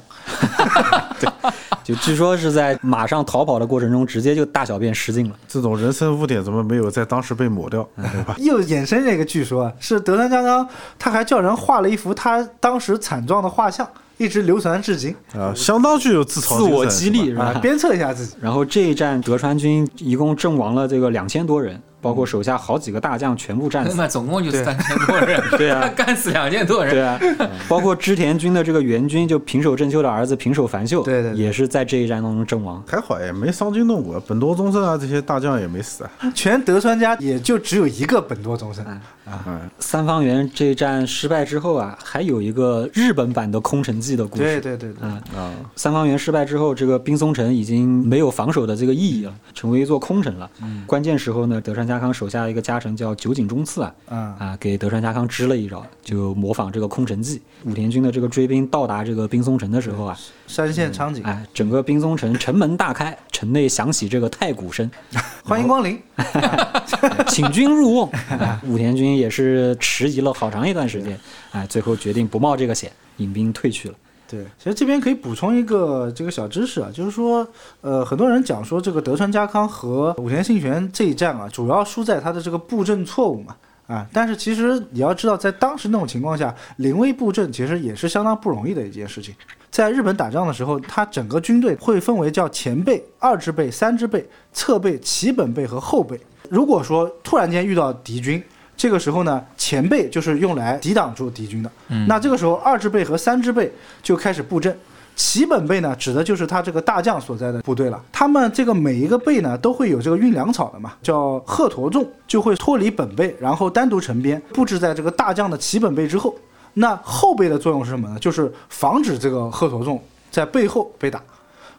[SPEAKER 4] 就据说是在马上逃跑的过程中，直接就大小便失禁了。
[SPEAKER 3] 这种人生污点怎么没有在当时被抹掉？对吧？
[SPEAKER 2] 又衍生这个据说啊，是德川家康他还叫人画了一幅他当时惨状的画像，一直流传至 今
[SPEAKER 3] 啊，相当具有自嘲
[SPEAKER 4] 嗯自
[SPEAKER 3] 精
[SPEAKER 4] 我
[SPEAKER 3] 神
[SPEAKER 4] 激励
[SPEAKER 3] 是吧
[SPEAKER 4] 是
[SPEAKER 2] 啊，？
[SPEAKER 4] 吧
[SPEAKER 2] 鞭策一下自己。
[SPEAKER 4] 然后这一战，德川军一共阵亡了这个两千多人，包括手下好几个大将全部战
[SPEAKER 5] 他
[SPEAKER 2] 嗯
[SPEAKER 4] 死。
[SPEAKER 5] 妈总共就三千多人，
[SPEAKER 4] 对啊
[SPEAKER 5] 干死两千多人，
[SPEAKER 4] 对啊，包括织田军的这个援军，就平手正秀的儿子平手繁秀，
[SPEAKER 2] 对对对
[SPEAKER 4] 也是在这一战当中阵亡。
[SPEAKER 3] 还好也没伤筋动骨，本多忠胜啊这些大将也没死啊。
[SPEAKER 2] 全德川家也就只有一个本多忠胜，
[SPEAKER 3] 嗯，
[SPEAKER 4] 三方原这一战失败之后啊，还有一个日本版的《空城计》的故事。
[SPEAKER 2] 对对对对，
[SPEAKER 4] 啊、三方原失败之后，这个冰松城已经没有防守的这个意义了，成为一座空城了。
[SPEAKER 2] 嗯
[SPEAKER 4] 关键时候呢，德川家康手下一个家臣叫酒井忠次啊，
[SPEAKER 2] 嗯
[SPEAKER 4] 啊，给德川家康支了一招，就模仿这个空城计。武田军的这个追兵到达这个冰松城的时候啊，
[SPEAKER 2] 山县昌景，
[SPEAKER 4] 哎，整个冰松城城门大开，城内响起这个太鼓声，哎
[SPEAKER 2] 欢迎光临。
[SPEAKER 4] 请君入瓮。啊武田军也是迟疑了好长一段时间，哎，最后决定不冒这个险，引兵退去了。
[SPEAKER 2] 对，其实这边可以补充一个这个小知识啊，就是说，呃，很多人讲说这个德川家康和武田信玄这一战啊，主要输在他的这个布阵错误嘛。啊，但是其实你要知道，在当时那种情况下，临危布阵其实也是相当不容易的一件事情。在日本打仗的时候，他整个军队会分为叫前辈、二支辈、三支辈、侧辈、旗本辈和后辈。如果说突然间遇到敌军，这个时候呢，前辈就是用来抵挡住敌军的。那这个时候，二支辈和三支辈就开始布阵。旗本辈呢，指的就是他这个大将所在的部队了。他们这个每一个辈呢，都会有这个运粮草的嘛，叫贺驼众，就会脱离本辈，然后单独成编，布置在这个大将的旗本辈之后。那后辈的作用是什么呢？就是防止这个贺驼众在背后被打。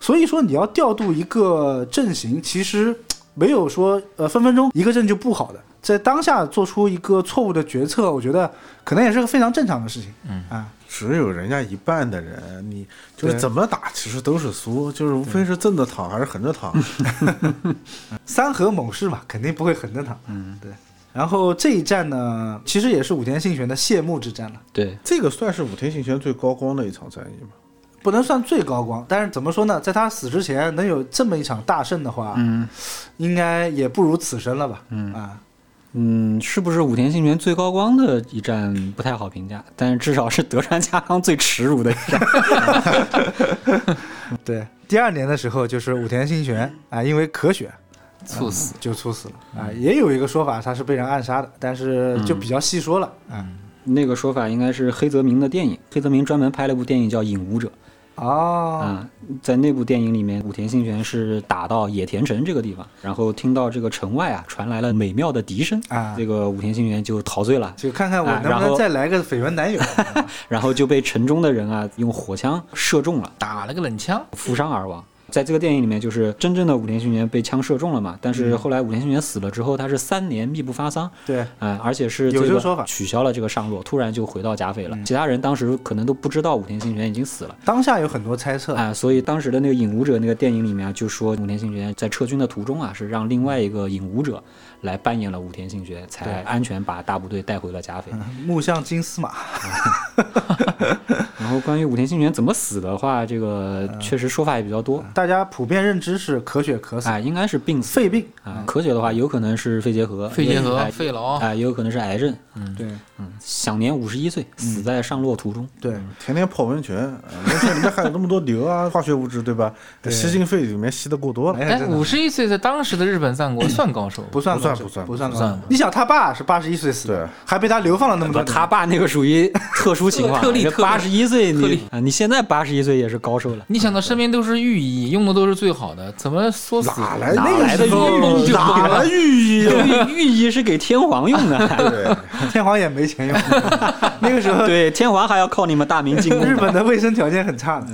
[SPEAKER 2] 所以说你要调度一个阵型，其实没有说呃分分钟一个阵就不好的，在当下做出一个错误的决策，我觉得可能也是个非常正常的事情。嗯啊，
[SPEAKER 3] 只有人家一半的人，你就是
[SPEAKER 2] 对
[SPEAKER 3] 怎么打，其实都是输，就是无非是正着躺还是横着躺。
[SPEAKER 2] 三河猛士嘛，肯定不会横着躺。嗯，对。然后这一战呢，其实也是武田信玄的谢幕之战了，
[SPEAKER 4] 对，
[SPEAKER 3] 这个算是武田信玄最高光的一场战役嘛？
[SPEAKER 2] 不能算最高光，但是怎么说呢，在他死之前能有这么一场大胜的话，嗯，应该也不如此生了吧？嗯啊，
[SPEAKER 4] 嗯，是不是武田信玄最高光的一战不太好评价，但是至少是德川家康最耻辱的一战。
[SPEAKER 2] 对。第二年的时候，就是武田信玄啊，因为咳血，
[SPEAKER 5] 猝死。
[SPEAKER 2] 就猝死了
[SPEAKER 4] 嗯
[SPEAKER 2] 啊。也有一个说法，他是被人暗杀的，但是就比较细说了
[SPEAKER 4] 嗯
[SPEAKER 2] 啊。
[SPEAKER 4] 那个说法应该是黑泽明的电影，黑泽明专门拍了部电影叫《影武者》
[SPEAKER 2] 哦，
[SPEAKER 4] 啊、在那部电影里面，武田信玄是打到野田城这个地方，然后听到这个城外啊传来了美妙的笛声
[SPEAKER 2] 啊
[SPEAKER 4] 这个武田信玄就陶醉了，
[SPEAKER 2] 就看看我
[SPEAKER 4] 啊
[SPEAKER 2] 能
[SPEAKER 4] 然
[SPEAKER 2] 不能
[SPEAKER 4] 后
[SPEAKER 2] 再来个绯闻男 友。
[SPEAKER 4] 然后就被城中的人啊用火枪射中了，
[SPEAKER 5] 打了个冷枪，
[SPEAKER 4] 负伤而亡。在这个电影里面，就是真正的武田信玄被枪射中了嘛，但是
[SPEAKER 2] 嗯
[SPEAKER 4] 后来武田信玄死了之后，他是三年密不发丧，
[SPEAKER 2] 对，
[SPEAKER 4] 嗯，而且是
[SPEAKER 2] 有
[SPEAKER 4] 这
[SPEAKER 2] 这
[SPEAKER 4] 个
[SPEAKER 2] 个说法嗯
[SPEAKER 4] 取消了这个上落，突然就回到甲斐了。其他人当时可能都不知道武田信玄已经死了
[SPEAKER 2] 当下有很多猜测，
[SPEAKER 4] 啊、所以当时的那个影武者那个电影里面啊，就说武田信玄在撤军的途中啊，是让另外一个影武者来扮演了武田信玄，才安全把大部队带回了甲斐。
[SPEAKER 2] 木像嗯金丝马。
[SPEAKER 4] 然后关于武田信玄怎么死的话，这个
[SPEAKER 5] 嗯
[SPEAKER 4] 确实说法也比较多啊、
[SPEAKER 2] 大家普遍认知是咳血咳死，
[SPEAKER 4] 应该是病死。
[SPEAKER 2] 肺病。
[SPEAKER 4] 啊，咳血的话，有可能是肺结核，
[SPEAKER 5] 肺结核哦
[SPEAKER 4] 哎、
[SPEAKER 5] 肺痨
[SPEAKER 4] 啊，也有可能是癌症。
[SPEAKER 2] 对
[SPEAKER 4] 嗯，享年五十一岁，
[SPEAKER 5] 嗯
[SPEAKER 4] 死在上洛途中。
[SPEAKER 2] 对，
[SPEAKER 3] 天天泡温泉，啊温泉里面含 有那么多硫啊， 化学物质，对吧？
[SPEAKER 2] 对
[SPEAKER 3] 吸进肺里面吸的过多了。
[SPEAKER 2] 哎
[SPEAKER 5] 哎，
[SPEAKER 2] 真的
[SPEAKER 5] 五十一岁在当时的日本战国算高手，
[SPEAKER 2] 不算
[SPEAKER 3] 不算
[SPEAKER 2] 高手
[SPEAKER 3] 不算
[SPEAKER 2] 不算
[SPEAKER 5] 不
[SPEAKER 2] 高手
[SPEAKER 5] 算
[SPEAKER 2] 你想他爸是八十一岁死的
[SPEAKER 3] 对，
[SPEAKER 2] 还被他流放了那么
[SPEAKER 4] 不，
[SPEAKER 2] 多
[SPEAKER 4] 他
[SPEAKER 2] 年。
[SPEAKER 4] 爸那个属于特殊情 况，
[SPEAKER 5] 特例特例
[SPEAKER 4] 八十一岁
[SPEAKER 5] 特
[SPEAKER 4] 你
[SPEAKER 5] 例
[SPEAKER 4] 啊，你现在八十一岁也是高寿了。
[SPEAKER 5] 你想到身边都是御医，用的都是最好的，怎么说死？
[SPEAKER 3] 哪来
[SPEAKER 4] 哪
[SPEAKER 3] 那
[SPEAKER 4] 来
[SPEAKER 3] 个
[SPEAKER 4] 的
[SPEAKER 3] 时候
[SPEAKER 4] 寓意
[SPEAKER 3] 哪来 寓意？啊
[SPEAKER 4] 御医啊是给天皇用的，
[SPEAKER 3] 对，
[SPEAKER 2] 天皇也没 钱用， 那个时候
[SPEAKER 4] 对，天皇还要靠你们大明进贡。
[SPEAKER 2] 日本的卫生条件很差的。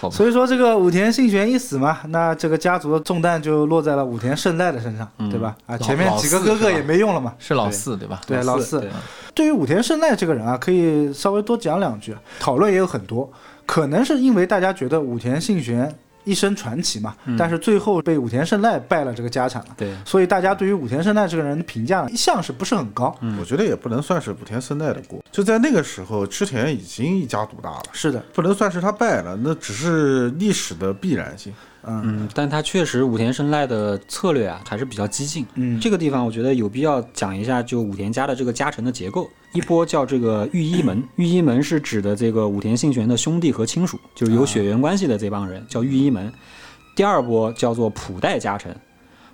[SPEAKER 5] 好吧
[SPEAKER 2] 所以说这个武田信玄一死嘛，那这个家族的重担就落在了武田胜赖的身上，对吧？啊，
[SPEAKER 5] 老
[SPEAKER 2] 前面几个哥哥也没用了嘛。
[SPEAKER 5] 是老四对吧？
[SPEAKER 2] 对老四
[SPEAKER 5] 对
[SPEAKER 2] 对于武田胜赖这个人啊，可以稍微多讲两句，啊讨论也有很多。可能是因为大家觉得武田信玄一生传奇嘛，但是最后被武田胜赖败了这个家产了，
[SPEAKER 4] 对，
[SPEAKER 2] 所以大家对于武田胜赖这个人的评价一向是不是很高？
[SPEAKER 3] 我觉得也不能算是武田胜赖的锅，嗯就在那个时候，织田已经一家独大了，
[SPEAKER 2] 是的，
[SPEAKER 3] 不能算是他败了，那只是历史的必然性。
[SPEAKER 2] 嗯
[SPEAKER 4] 嗯，但他确实武田胜赖的策略啊还是比较激进。
[SPEAKER 2] 嗯，
[SPEAKER 4] 这个地方我觉得有必要讲一下，就武田家的这个家臣的结构。一波叫这个御医 门，御医门是指的这个武田信玄的兄弟和亲属，就是有血缘关系的这帮
[SPEAKER 3] 啊
[SPEAKER 4] 人叫御医门。第二波叫做普代家臣，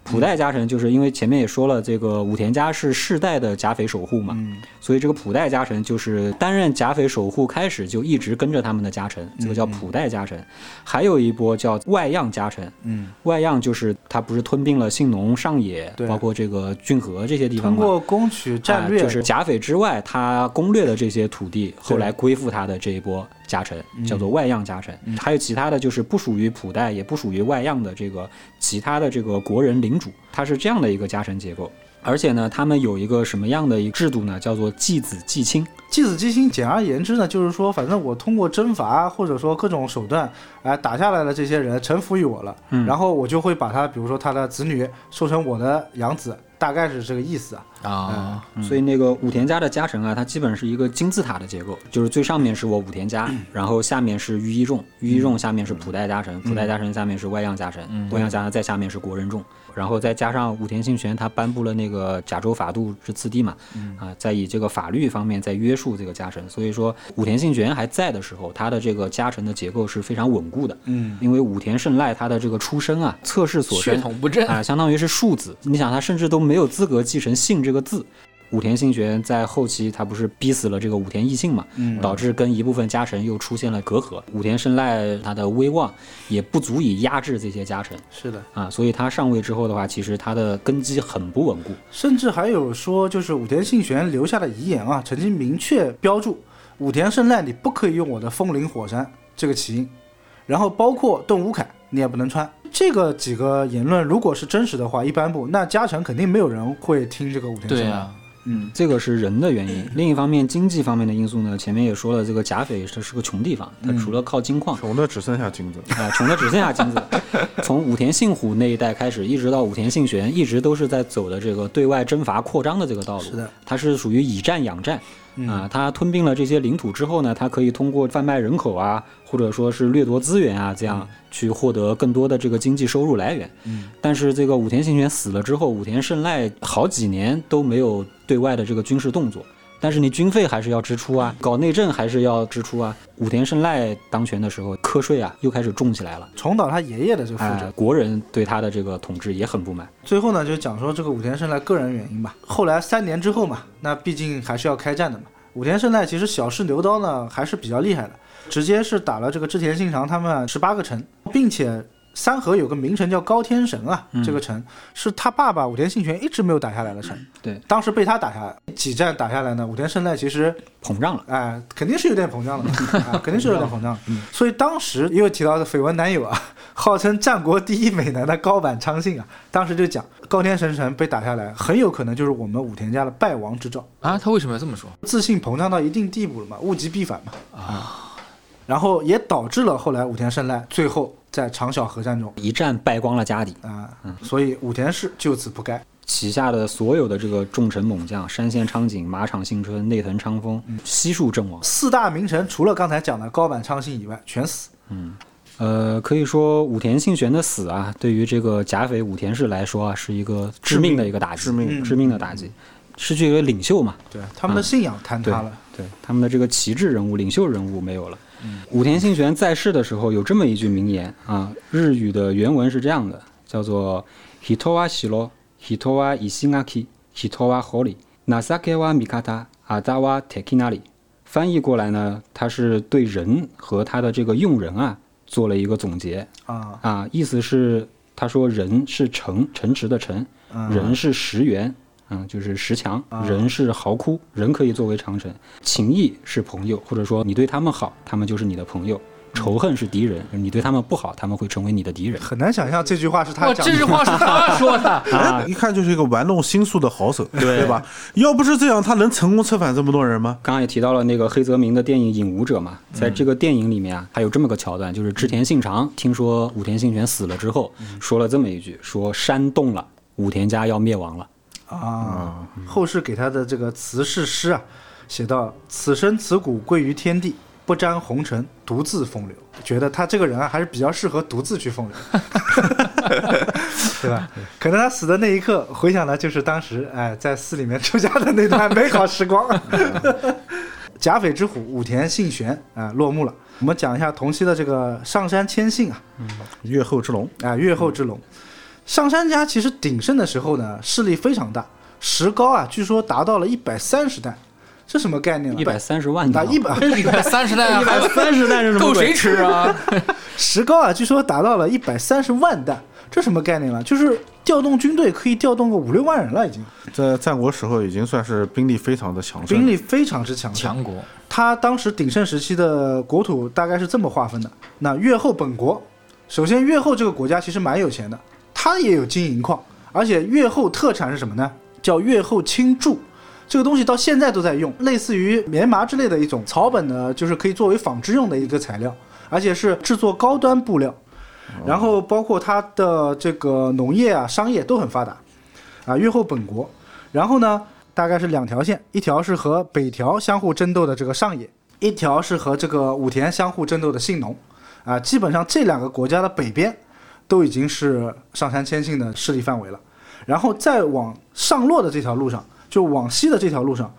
[SPEAKER 4] 普代家臣就是因为前面也说了，这个武田家是世代的甲斐守护嘛，
[SPEAKER 2] 嗯
[SPEAKER 4] 所以这个普代家臣就是担任甲斐守护开始就一直跟着他们的家臣，这
[SPEAKER 2] 嗯
[SPEAKER 4] 个叫普代家臣。还有一波叫外样家臣，
[SPEAKER 2] 嗯，
[SPEAKER 4] 外样就是他不是吞并了信浓、上野
[SPEAKER 2] 对，
[SPEAKER 4] 包括这个骏河这些地方
[SPEAKER 2] 通
[SPEAKER 4] 嘛。
[SPEAKER 2] 过攻取战略、
[SPEAKER 4] 啊就是甲斐之外，他攻略的这些土地，后来归附他的这一波家臣
[SPEAKER 2] 嗯
[SPEAKER 4] 叫做外样家臣。还有其他的就是不属于普代，也不属于外样的这个其他的这个国人领主，它是这样的一个家臣结构。而且呢，他们有一个什么样的一个制度呢？叫做继子继亲。
[SPEAKER 2] 继子继亲，简而言之呢，就是说，反正我通过征伐或者说各种手段，哎、打下来了这些人，臣服于我了，
[SPEAKER 5] 嗯
[SPEAKER 2] 然后我就会把他，比如说他的子女收成我的养子，大概是这个意思啊。
[SPEAKER 5] 啊，
[SPEAKER 4] 所以那个武田家的家臣啊，它基本是一个金字塔的结构，就是最上面是我武田家，然后下面是御医众，御医众下面是普代家臣，普代家臣下面是外样家臣，外样家臣再下面是国人众，然后再加上武田信玄他颁布了那个甲州法度之次第嘛，啊，在以这个法律方面在约束这个家臣，所以说武田信玄还在的时候，他的这个家臣的结构是非常稳固的，
[SPEAKER 2] 嗯，
[SPEAKER 4] 因为武田胜赖他的这个出身啊，侧室所
[SPEAKER 5] 血
[SPEAKER 4] 生，
[SPEAKER 5] 统不正
[SPEAKER 4] 啊、相当于是庶子。你想，他甚至都没有资格继承“姓”这个字。武田信玄在后期，他不是逼死了这个武田义信嘛，
[SPEAKER 5] 嗯
[SPEAKER 2] 嗯
[SPEAKER 4] 导致跟一部分家臣又出现了隔阂。武田胜赖他的威望也不足以压制这些家臣
[SPEAKER 2] 是的，
[SPEAKER 4] 啊，所以他上位之后的话，其实他的根基很不稳固。
[SPEAKER 2] 甚至还有说，就是武田信玄留下的遗言啊，曾经明确标注武田胜赖你不可以用我的风林火山这个旗印，然后包括盾武铠你也不能穿。这个几个言论如果是真实的话，一般不，那家臣肯定没有人会听这个武田胜
[SPEAKER 5] 对
[SPEAKER 2] 赖。
[SPEAKER 5] 啊，
[SPEAKER 2] 嗯，
[SPEAKER 4] 这个是人的原因。另一方面，经济方面的因素呢，前面也说了，这个甲斐这是个穷地方，它除了靠金矿，
[SPEAKER 3] 穷的只剩下金子，
[SPEAKER 4] 啊，穷的只剩下金 子。从武田信虎那一代开始，一直到武田信玄，一直都是在走的这个对外征伐扩张的这个道路。
[SPEAKER 2] 是的，嗯
[SPEAKER 4] 它是属于以战养战。啊，他吞并了这些领土之后呢，他可以通过贩卖人口啊，或者说是掠夺资源啊，
[SPEAKER 2] 嗯
[SPEAKER 4] 这样去获得更多的这个经济收入来源。嗯，但是这个武田信玄死了之后，武田胜赖好几年都没有对外的这个军事动作。但是你军费还是要支出啊，搞内政还是要支出啊。武田胜赖当权的时候，课税啊又开始重起来了。
[SPEAKER 2] 重蹈他爷爷的这个覆
[SPEAKER 4] 哎
[SPEAKER 2] 辙。
[SPEAKER 4] 国人对他的这个统治也很不满。
[SPEAKER 2] 最后呢，就讲说这个武田胜赖个人原因吧。后来三年之后嘛，那毕竟还是要开战的嘛。武田胜赖其实小试牛刀呢，还是比较厉害的，直接是打了这个织田信长他们十八个城，并且三河有个名城叫高天神啊，
[SPEAKER 4] 嗯
[SPEAKER 2] 这个城是他爸爸武田信玄一直没有打下来的城。
[SPEAKER 4] 对，
[SPEAKER 2] 当时被他打下来，几战打下来呢，武田胜赖其实
[SPEAKER 4] 膨胀了，
[SPEAKER 2] 哎，肯定是有点膨胀的嘛， 啊，肯定是有点膨胀的。所以当时又提到的绯闻男友啊，号称战国第一美男的高坂昌幸啊，当时就讲高天神城被打下来，很有可能就是我们武田家的败亡之兆。
[SPEAKER 5] 啊，他为什么要这么说？
[SPEAKER 2] 自信膨胀到一定地步了嘛，物极必反嘛啊，然后也导致了后来武田胜赖最后在长筱合战中
[SPEAKER 4] 一战败光了家底，
[SPEAKER 2] 啊，所以武田氏就此不该。
[SPEAKER 4] 旗下的所有的这个重臣猛将，山县昌景、马场幸春、内藤昌丰，悉数阵亡。
[SPEAKER 2] 四大名臣除了刚才讲的高坂昌幸以外，全死。
[SPEAKER 4] 呃，可以说武田信玄的死啊，对于这个甲斐武田氏来说啊，是一个致命的一个打击，
[SPEAKER 3] 致命
[SPEAKER 2] 嗯
[SPEAKER 4] 致命的打击，失去一个领袖嘛。
[SPEAKER 2] 对，他们的信仰坍
[SPEAKER 4] 对
[SPEAKER 2] 塌了。
[SPEAKER 4] 对，他们的这个旗帜人物、领袖人物没有了。武田信玄在世的时候有这么一句名言啊，日语的原文是这样的，叫做 “hito wa shiro, hito wa ishigaki, hito wa hori, nasake wa mikata, ada wa tekinari”。翻译过来呢，它是对人和他的这个用人啊做了一个总结
[SPEAKER 2] 啊，
[SPEAKER 4] 啊，意思是他说人是城城池的城，
[SPEAKER 2] 嗯
[SPEAKER 4] 人是石原，嗯，就是石墙；人是壕窟，人可以作为长城。情谊是朋友，或者说你对他们好，他们就是你的朋友；仇恨是敌人，就是你对他们不好，他们会成为你的敌人。，
[SPEAKER 2] 很难想象这句话是他
[SPEAKER 5] 哇，
[SPEAKER 2] 讲
[SPEAKER 5] 这句
[SPEAKER 2] 的。
[SPEAKER 5] 话是他说的
[SPEAKER 4] 啊，
[SPEAKER 3] 哎一看就是一个玩弄心术的好手，
[SPEAKER 4] 对
[SPEAKER 3] 对吧？要不是这样，他能成功策反这么多人吗？
[SPEAKER 4] 刚刚也提到了那个黑泽明的电影《影舞者》嘛，在这个电影里面啊，还有这么个桥段，就是织田信长听说武田信玄死了之后，说了这么一句：说山动了，武田家要灭亡了。
[SPEAKER 2] 啊，后世给他的这个词是诗啊，写到“此生此骨归于天地，不沾红尘，独自风流”，觉得他这个人啊还是比较适合独自去风流， 对吧？可能他死的那一刻，回想的就是当时哎在寺里面出家的那段美好时光。 甲斐之虎武田信玄啊、落幕了。我们讲一下同期的这个上杉谦信啊，
[SPEAKER 3] 月后之龙，
[SPEAKER 2] 啊，越后之龙。上杉家其实鼎盛的时候呢，势力非常大，石膏啊，据说达到了一百三十担，这什么概念啊？
[SPEAKER 4] 一百三十万
[SPEAKER 2] 啊，
[SPEAKER 4] 刀，
[SPEAKER 2] 一百
[SPEAKER 5] 一百三十代啊还
[SPEAKER 4] 三十代是什么
[SPEAKER 5] 够
[SPEAKER 4] 鬼
[SPEAKER 5] 谁吃啊？
[SPEAKER 2] 石膏啊，据说达到了一百三十万担，这什么概念啊？就是调动军队可以调动个五六万人了，已经
[SPEAKER 3] 在战国时候已经算是兵力非常的强盛，
[SPEAKER 2] 兵力非常之强盛。
[SPEAKER 5] 强国
[SPEAKER 2] 他当时鼎盛时期的国土大概是这么划分的：那越后本国，首先越后这个国家其实蛮有钱的，它也有金银矿，而且越后特产是什么呢？叫越后青贮。这个东西到现在都在用，类似于棉麻之类的一种草本呢，就是可以作为纺织用的一个材料，而且是制作高端布料。然后包括它的这个农业啊、商业都很发达，啊，越后本国。然后呢，大概是两条线，一条是和北条相互争斗的这个上野，一条是和这个武田相互争斗的信浓。啊，基本上这两个国家的北边都已经是上杉谦信的势力范围了。然后再往上洛的这条路上，就往西的这条路上，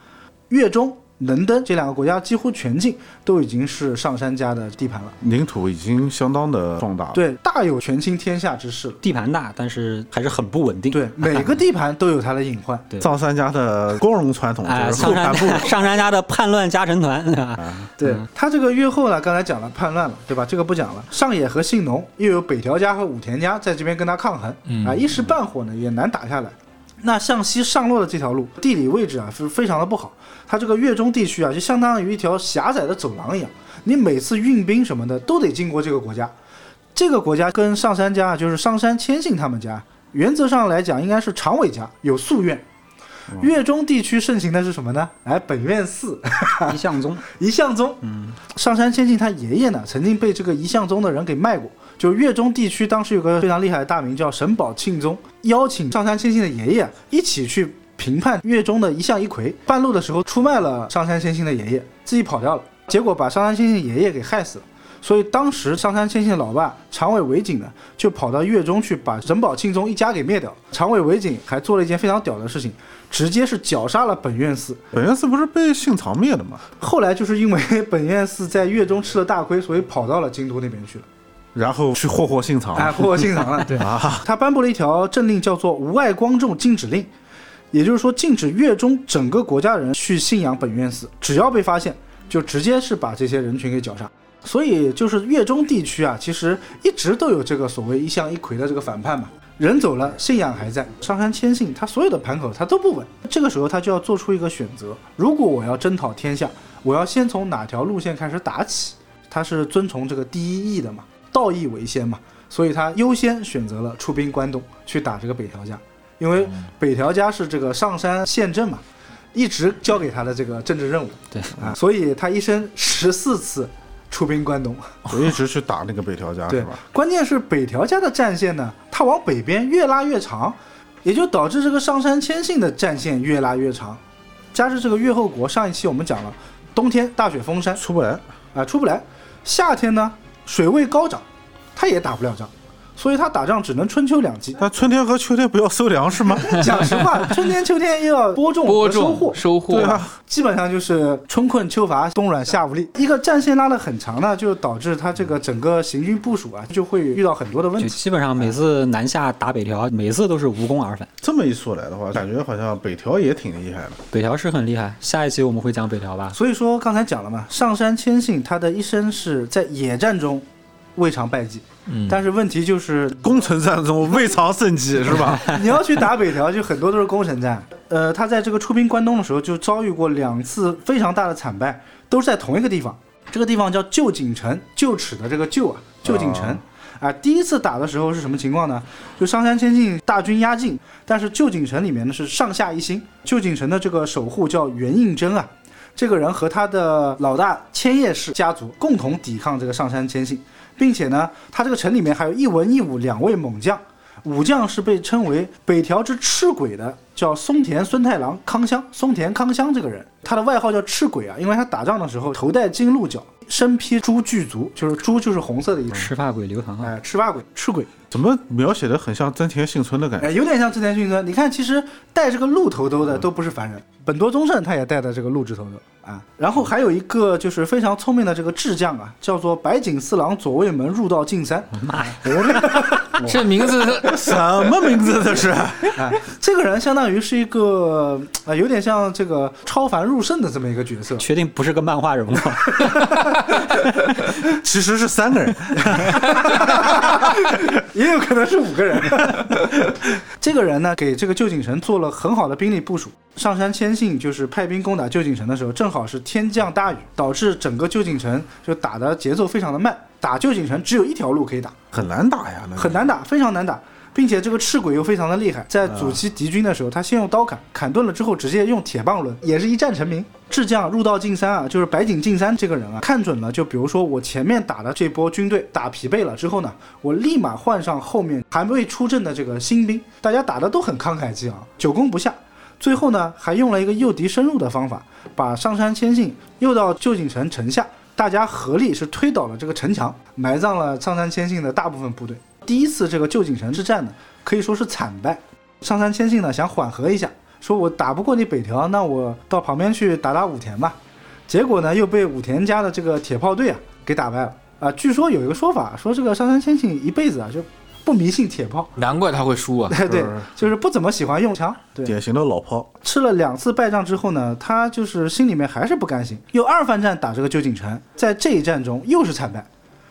[SPEAKER 2] 越中、能登这两个国家几乎全境都已经是上杉家的地盘了。
[SPEAKER 3] 领土已经相当的壮大了。
[SPEAKER 2] 对，大有权倾天下之势了。
[SPEAKER 4] 地盘大，但是还是很不稳定。
[SPEAKER 2] 对，每个地盘都有它的隐患。
[SPEAKER 4] 对
[SPEAKER 3] 藏山家的光荣传统
[SPEAKER 2] 哎
[SPEAKER 4] 啊，
[SPEAKER 3] 就是
[SPEAKER 4] 上
[SPEAKER 3] 后半
[SPEAKER 4] 山
[SPEAKER 3] 部
[SPEAKER 4] 上山家的叛乱家臣团，
[SPEAKER 2] 对他这个越后呢，刚才讲了叛乱了，对吧？这个不讲了。上野和信浓又有北条家和武田家在这边跟他抗衡，
[SPEAKER 5] 嗯
[SPEAKER 2] 啊，一时半会儿呢也难打下来。那向西上洛的这条路地理位置啊是非常的不好，它这个越中地区啊就相当于一条狭窄的走廊一样，你每次运兵什么的都得经过这个国家。这个国家跟上杉家啊，就是上杉谦信他们家，原则上来讲应该是长尾家有夙愿。越中地区盛行的是什么呢？哎，本愿寺，
[SPEAKER 4] 一向宗
[SPEAKER 2] 一向宗，上杉谦信他爷爷呢，曾经被这个一向宗的人给卖过。就越中地区当时有个非常厉害的大名叫神保庆宗，邀请上杉谦信的爷爷一起去评判越中的一向一揆。半路的时候出卖了上杉谦信的爷爷，自己跑掉了，结果把上杉谦信的爷爷给害死了。所以当时上杉谦信的老爸长尾维景呢，就跑到越中去把神保庆宗一家给灭掉了。长尾维景还做了一件非常屌的事情，直接是绞杀了本院寺，
[SPEAKER 3] 本愿寺不是被信长灭的吗？
[SPEAKER 2] 后来就是因为 本院寺在越中吃了大亏，所以跑到了京都那边去了，
[SPEAKER 3] 然后去霍霍信 长
[SPEAKER 2] 哎，获获信长了。对
[SPEAKER 3] 啊，
[SPEAKER 2] 他颁布了一条政令，叫做《无碍光众禁止令》，也就是说禁止越中整个国家人去信仰本院寺，只要被发现，就直接是把这些人群给绞杀。所以就是越中地区啊，其实一直都有这个所谓一向一揆的这个反叛嘛。人走了，信仰还在。上杉谦信他所有的盘口他都不稳，这个时候他就要做出一个选择：如果我要征讨天下，我要先从哪条路线开始打起？他是遵从这个第一义的嘛，道义为先嘛，所以他优先选择了出兵关东去打这个北条家，因为北条家是这个上杉宪政嘛，一直交给他的这个政治任务
[SPEAKER 4] 对
[SPEAKER 2] 啊，所以他一生十四次出兵关东。
[SPEAKER 3] 我一直去打那个北条家，
[SPEAKER 2] 对
[SPEAKER 3] 是吧？
[SPEAKER 2] 关键是北条家的战线呢，它往北边越拉越长，也就导致这个上杉谦信的战线越拉越长。加之这个越后国，上一期我们讲了，冬天大雪封山啊、
[SPEAKER 3] 出不来，
[SPEAKER 2] 出不来；夏天呢，水位高涨，他也打不了仗，所以他打仗只能春秋两季。
[SPEAKER 3] 但春天和秋天不要收粮食吗？
[SPEAKER 2] 讲实话，春天、秋天又要播种
[SPEAKER 5] 播
[SPEAKER 2] 和收获
[SPEAKER 5] 种，收获
[SPEAKER 3] 对，啊，
[SPEAKER 2] 基本上就是春困秋乏，冬软夏无力。一个战线拉得很长呢，就导致他这个整个行军部署啊，就会遇到很多的问
[SPEAKER 4] 就
[SPEAKER 2] 题。
[SPEAKER 4] 基本上每次南下打北条，每次都是无功而返。
[SPEAKER 3] 这么一说来的话，感觉好像北条也挺厉害的。
[SPEAKER 4] 北条是很厉害，下一期我们会讲北条吧？
[SPEAKER 2] 所以说刚才讲了嘛，上杉谦信他的一生是在野战中未尝败绩，
[SPEAKER 5] 嗯，
[SPEAKER 2] 但是问题就是
[SPEAKER 3] 攻城战中未尝胜 绩，是吧？
[SPEAKER 2] 你要去打北条，就很多都是攻城战。呃，他在这个出兵关东的时候，就遭遇过两次非常大的惨败，都是在同一个地方。这个地方叫旧景城，旧址的这个旧啊，旧景城。啊，第一次打的时候是什么情况呢？就上山千进大军压境，但是旧景城里面呢是上下一心。旧景城的这个守护叫袁应真啊，这个人和他的老大千叶氏家族共同抵抗这个上山千信，并且呢，他这个城里面还有一文一武两位猛将，武将是被称为北条之赤鬼的，叫松田孙太郎康香。松田康香这个人，他的外号叫赤鬼啊，因为他打仗的时候头戴金鹿角，身披朱巨足，就是朱就是红色的一种。
[SPEAKER 4] 赤发鬼流淌啊，
[SPEAKER 2] 哎，赤发鬼，赤鬼，
[SPEAKER 3] 怎么描写的很像真田幸村的感觉？
[SPEAKER 2] 哎，有点像织田信长。你看，其实戴这个鹿头兜的都不是凡人，本多忠胜他也戴的这个鹿枝头兜啊。然后还有一个就是非常聪明的这个智将啊，叫做白井四郎左卫门入道进山。
[SPEAKER 5] 这名字
[SPEAKER 3] 什么名字这是？
[SPEAKER 2] 啊，这个人相当于是一个啊、有点像这个超凡入圣的这么一个角色。
[SPEAKER 4] 确定不是个漫画人物？
[SPEAKER 3] 其实是三个人，
[SPEAKER 2] 也有可能是五个人。 这个人呢，给这个旧景城做了很好的兵力部署。上山千信就是派兵攻打旧景城的时候，正好是天降大雨，导致整个旧景城就打的节奏非常的慢。打旧景城只有一条路可以打，
[SPEAKER 3] 很难打呀，那个
[SPEAKER 2] 很难打，非常难打，并且这个赤鬼又非常的厉害，
[SPEAKER 3] 啊
[SPEAKER 2] 在阻击敌军的时候，他先用刀砍，砍钝了之后直接用铁棒抡，也是一战成名。智将入道进山啊，就是白井进山这个人啊，看准了，就比如说我前面打的这波军队打疲惫了之后呢，我立马换上后面还未出阵的这个新兵，大家打的都很慷慨激昂，久攻不下。最后呢，还用了一个诱敌深入的方法，把上杉谦信诱到旧景城城下，大家合力是推倒了这个城墙，埋葬了上杉谦信的大部分部队。第一次这个旧景城之战呢，可以说是惨败。上杉谦信呢想缓和一下，说我打不过你北条，那我到旁边去打打武田吧。结果呢又被武田家的这个铁炮队啊给打败了啊。据说有一个说法，说这个上杉谦信一辈子啊就不迷信铁炮，
[SPEAKER 5] 难怪他会输啊！
[SPEAKER 2] 对对
[SPEAKER 3] 是，
[SPEAKER 2] 就是不怎么喜欢用枪。对，
[SPEAKER 3] 典型的老炮。
[SPEAKER 2] 吃了两次败仗之后呢，他就是心里面还是不甘心，又二番战打这个旧景城，在这一战中又是惨败，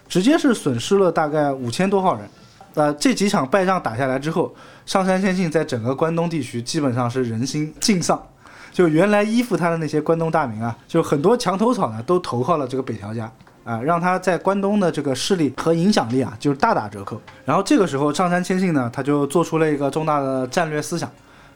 [SPEAKER 2] 直接是损失了大概五千多号人。呃，这几场败仗打下来之后，上杉谦信在整个关东地区基本上是人心尽丧，就原来依附他的那些关东大名啊，就很多墙头草呢都投靠了这个北条家。啊，让他在关东的这个势力和影响力啊，就是大打折扣。然后这个时候，上杉谦信呢，他就做出了一个重大的战略思想，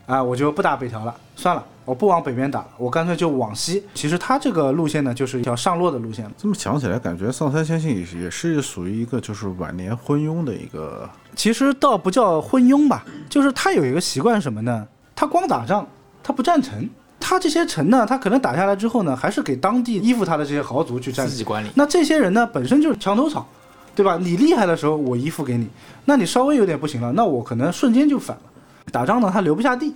[SPEAKER 2] 啊，我就不打北条了，算了，我不往北边打了，我干脆就往西。其实他这个路线呢，就是一条上落的路线。
[SPEAKER 3] 这么想起来，感觉上杉谦信也是也是属于一个就是晚年昏庸的一个，
[SPEAKER 2] 其实倒不叫昏庸吧，就是他有一个习惯是什么呢？他光打仗，他不占城。他这些城呢，他可能打下来之后呢，还是给当地依附他的这些豪族去占
[SPEAKER 5] 自
[SPEAKER 2] 领
[SPEAKER 5] 己。管理，
[SPEAKER 2] 那这些人呢，本身就是墙头草，对吧？你厉害的时候我依附给你，那你稍微有点不行了，那我可能瞬间就反了。打仗呢，他留不下地。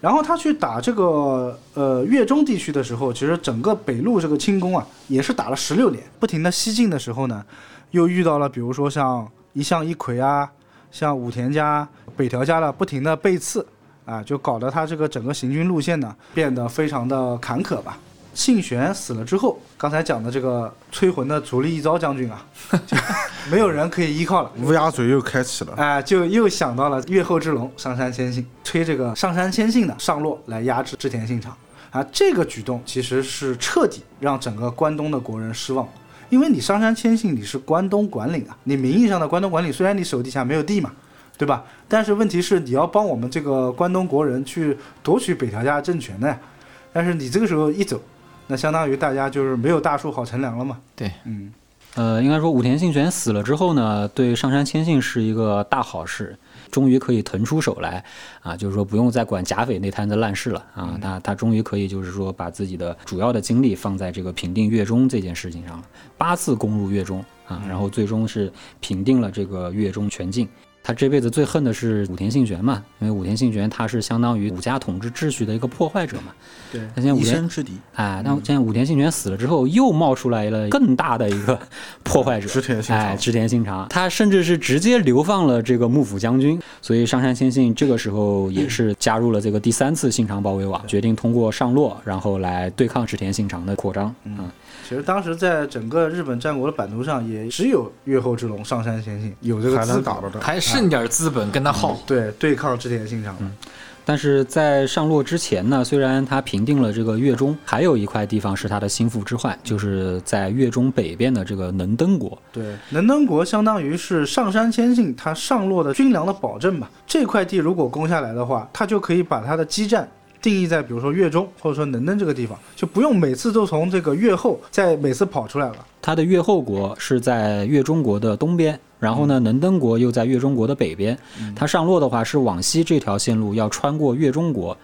[SPEAKER 2] 然后他去打这个呃越中地区的时候，其实整个北路这个清宫啊，也是打了十六年，不停的西进的时候呢，又遇到了比如说像一向一揆啊，像武田家啊、北条家了，不停的被刺啊，就搞得他这个整个行军路线呢变得非常的坎坷吧。信玄死了之后，刚才讲的这个催魂的足利义昭将军啊，就没有人可以依靠了。
[SPEAKER 3] 乌鸦嘴又开启了。
[SPEAKER 2] 啊、就又想到了越后之龙上杉谦信，推这个上杉谦信的上洛来压制织田信长啊，这个举动其实是彻底让整个关东的国人失望，因为你上杉谦信你是关东管领啊，你名义上的关东管领，虽然你手底下没有地嘛，对吧？但是问题是你要帮我们这个关东国人去夺取北条家的政权的呀，但是你这个时候一走，那相当于大家就是没有大树好乘凉了嘛，
[SPEAKER 5] 对，
[SPEAKER 2] 嗯，
[SPEAKER 4] 呃，应该说武田信玄死了之后呢，对上杉谦信是一个大好事，终于可以腾出手来啊，就是说不用再管甲斐那摊子烂事了啊，他他终于可以就是说把自己的主要的精力放在这个平定越中这件事情上了，八次攻入越中啊，然后最终是平定了这个越中全境。他这辈子最恨的是武田信玄嘛，因为武田信玄他是相当于武家统治秩序的一个破坏者嘛。
[SPEAKER 2] 对
[SPEAKER 4] 那现在武
[SPEAKER 3] 一
[SPEAKER 4] 田
[SPEAKER 3] 生之敌，
[SPEAKER 4] 哎，
[SPEAKER 3] 嗯
[SPEAKER 4] 但现在武田信玄死了之后，又冒出来了更大的一个 破坏者，
[SPEAKER 3] 织田信长
[SPEAKER 4] 哎，织田信长，他甚至是直接流放了这个幕府将军，所以上杉谦信这个时候也是加入了这个第三次信长包围网，决定通过上洛，然后来对抗织田信长的扩张。嗯，
[SPEAKER 2] 其实当时在整个日本战国的版图上，也只有越后之龙上杉谦信有这个
[SPEAKER 3] 还
[SPEAKER 2] 资
[SPEAKER 3] 能
[SPEAKER 2] 格
[SPEAKER 3] 打得到。，
[SPEAKER 5] 还剩点资本跟他耗，
[SPEAKER 2] 对对抗织田信长。
[SPEAKER 4] 但是在上洛之前呢，虽然他平定了这个越中，还有一块地方是他的心腹之患，就是在越中北边的这个能登国。
[SPEAKER 2] 对，能登国相当于是上山谦信他上洛的军粮的保证吧。这块地如果攻下来的话，他就可以把他的基站定义在比如说越中或者说能登这个地方，就不用每次都从这个越后再每次跑出来了。
[SPEAKER 4] 他的越后国是在越中国的东边，然后呢，能登国又在越中国的北边。他上洛的话是往西这条线路要穿过越中国，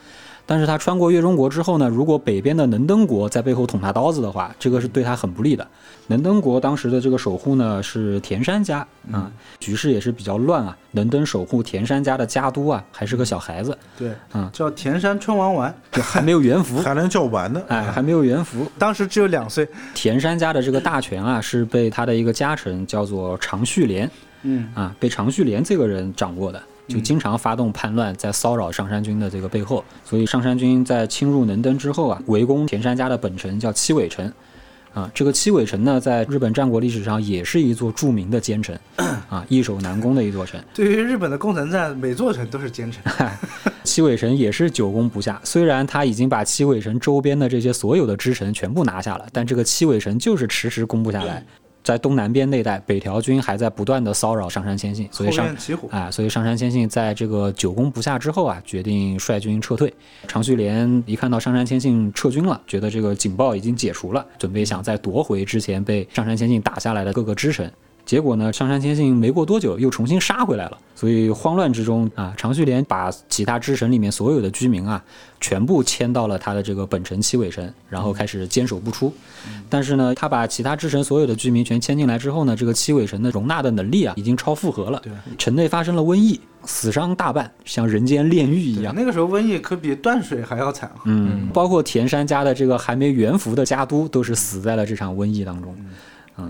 [SPEAKER 4] 但是他穿过越中国之后呢，如果北边的能登国在背后捅他刀子的话，这个是对他很不利的。能登国当时的这个守护呢是田山家啊、局势也是比较乱啊。能登守护田山家的家督啊，还是个小孩子，
[SPEAKER 2] 对，
[SPEAKER 4] 嗯
[SPEAKER 2] 叫田山春完完，
[SPEAKER 4] 就还没有元服
[SPEAKER 3] 还能叫完呢。
[SPEAKER 4] 哎，还没有元服。
[SPEAKER 2] 当时只有两岁。
[SPEAKER 4] 田山家的这个大权啊，是被他的一个家臣叫做长绪连
[SPEAKER 2] 嗯，
[SPEAKER 4] 啊，被长绪连这个人掌握的，就经常发动叛乱，在骚扰上山军的这个背后。所以上山军在侵入能登之后啊，围攻田山家的本城叫七尾城。啊，这个七尾城呢，在日本战国历史上也是一座著名的奸城，啊，易守难攻的一座城。
[SPEAKER 2] 对于日本的攻城战，每座城都是奸臣。
[SPEAKER 4] 七尾城也是久攻不下，虽然他已经把七尾城周边的这些所有的支城全部拿下了，但这个七尾城就是迟迟攻不下来。在东南边那带，北条军还在不断的骚扰上杉谦信，所以
[SPEAKER 2] 后
[SPEAKER 4] 上
[SPEAKER 2] 院起火
[SPEAKER 4] 啊，所以上杉谦信在这个久攻不下之后啊，决定率军撤退。长须连一看到上杉谦信撤军了，觉得这个警报已经解除了，准备想再夺回之前被上杉谦信打下来的各个支城。结果呢，上杉谦信没过多久又重新杀回来了，所以慌乱之中啊，长须连把其他支城里面所有的居民啊，全部迁到了他的这个本城七尾城，然后开始坚守不出。但是呢，他把其他支城所有的居民全迁进来之后呢，这个七尾城的容纳的能力啊，已经超负荷了。城内发生了瘟疫，死伤大半，像人间炼狱一样。
[SPEAKER 2] 那个时候瘟疫可比断水还要惨啊。
[SPEAKER 4] 嗯，包括田山家的这个还没元服的家督，都是死在了这场瘟疫当中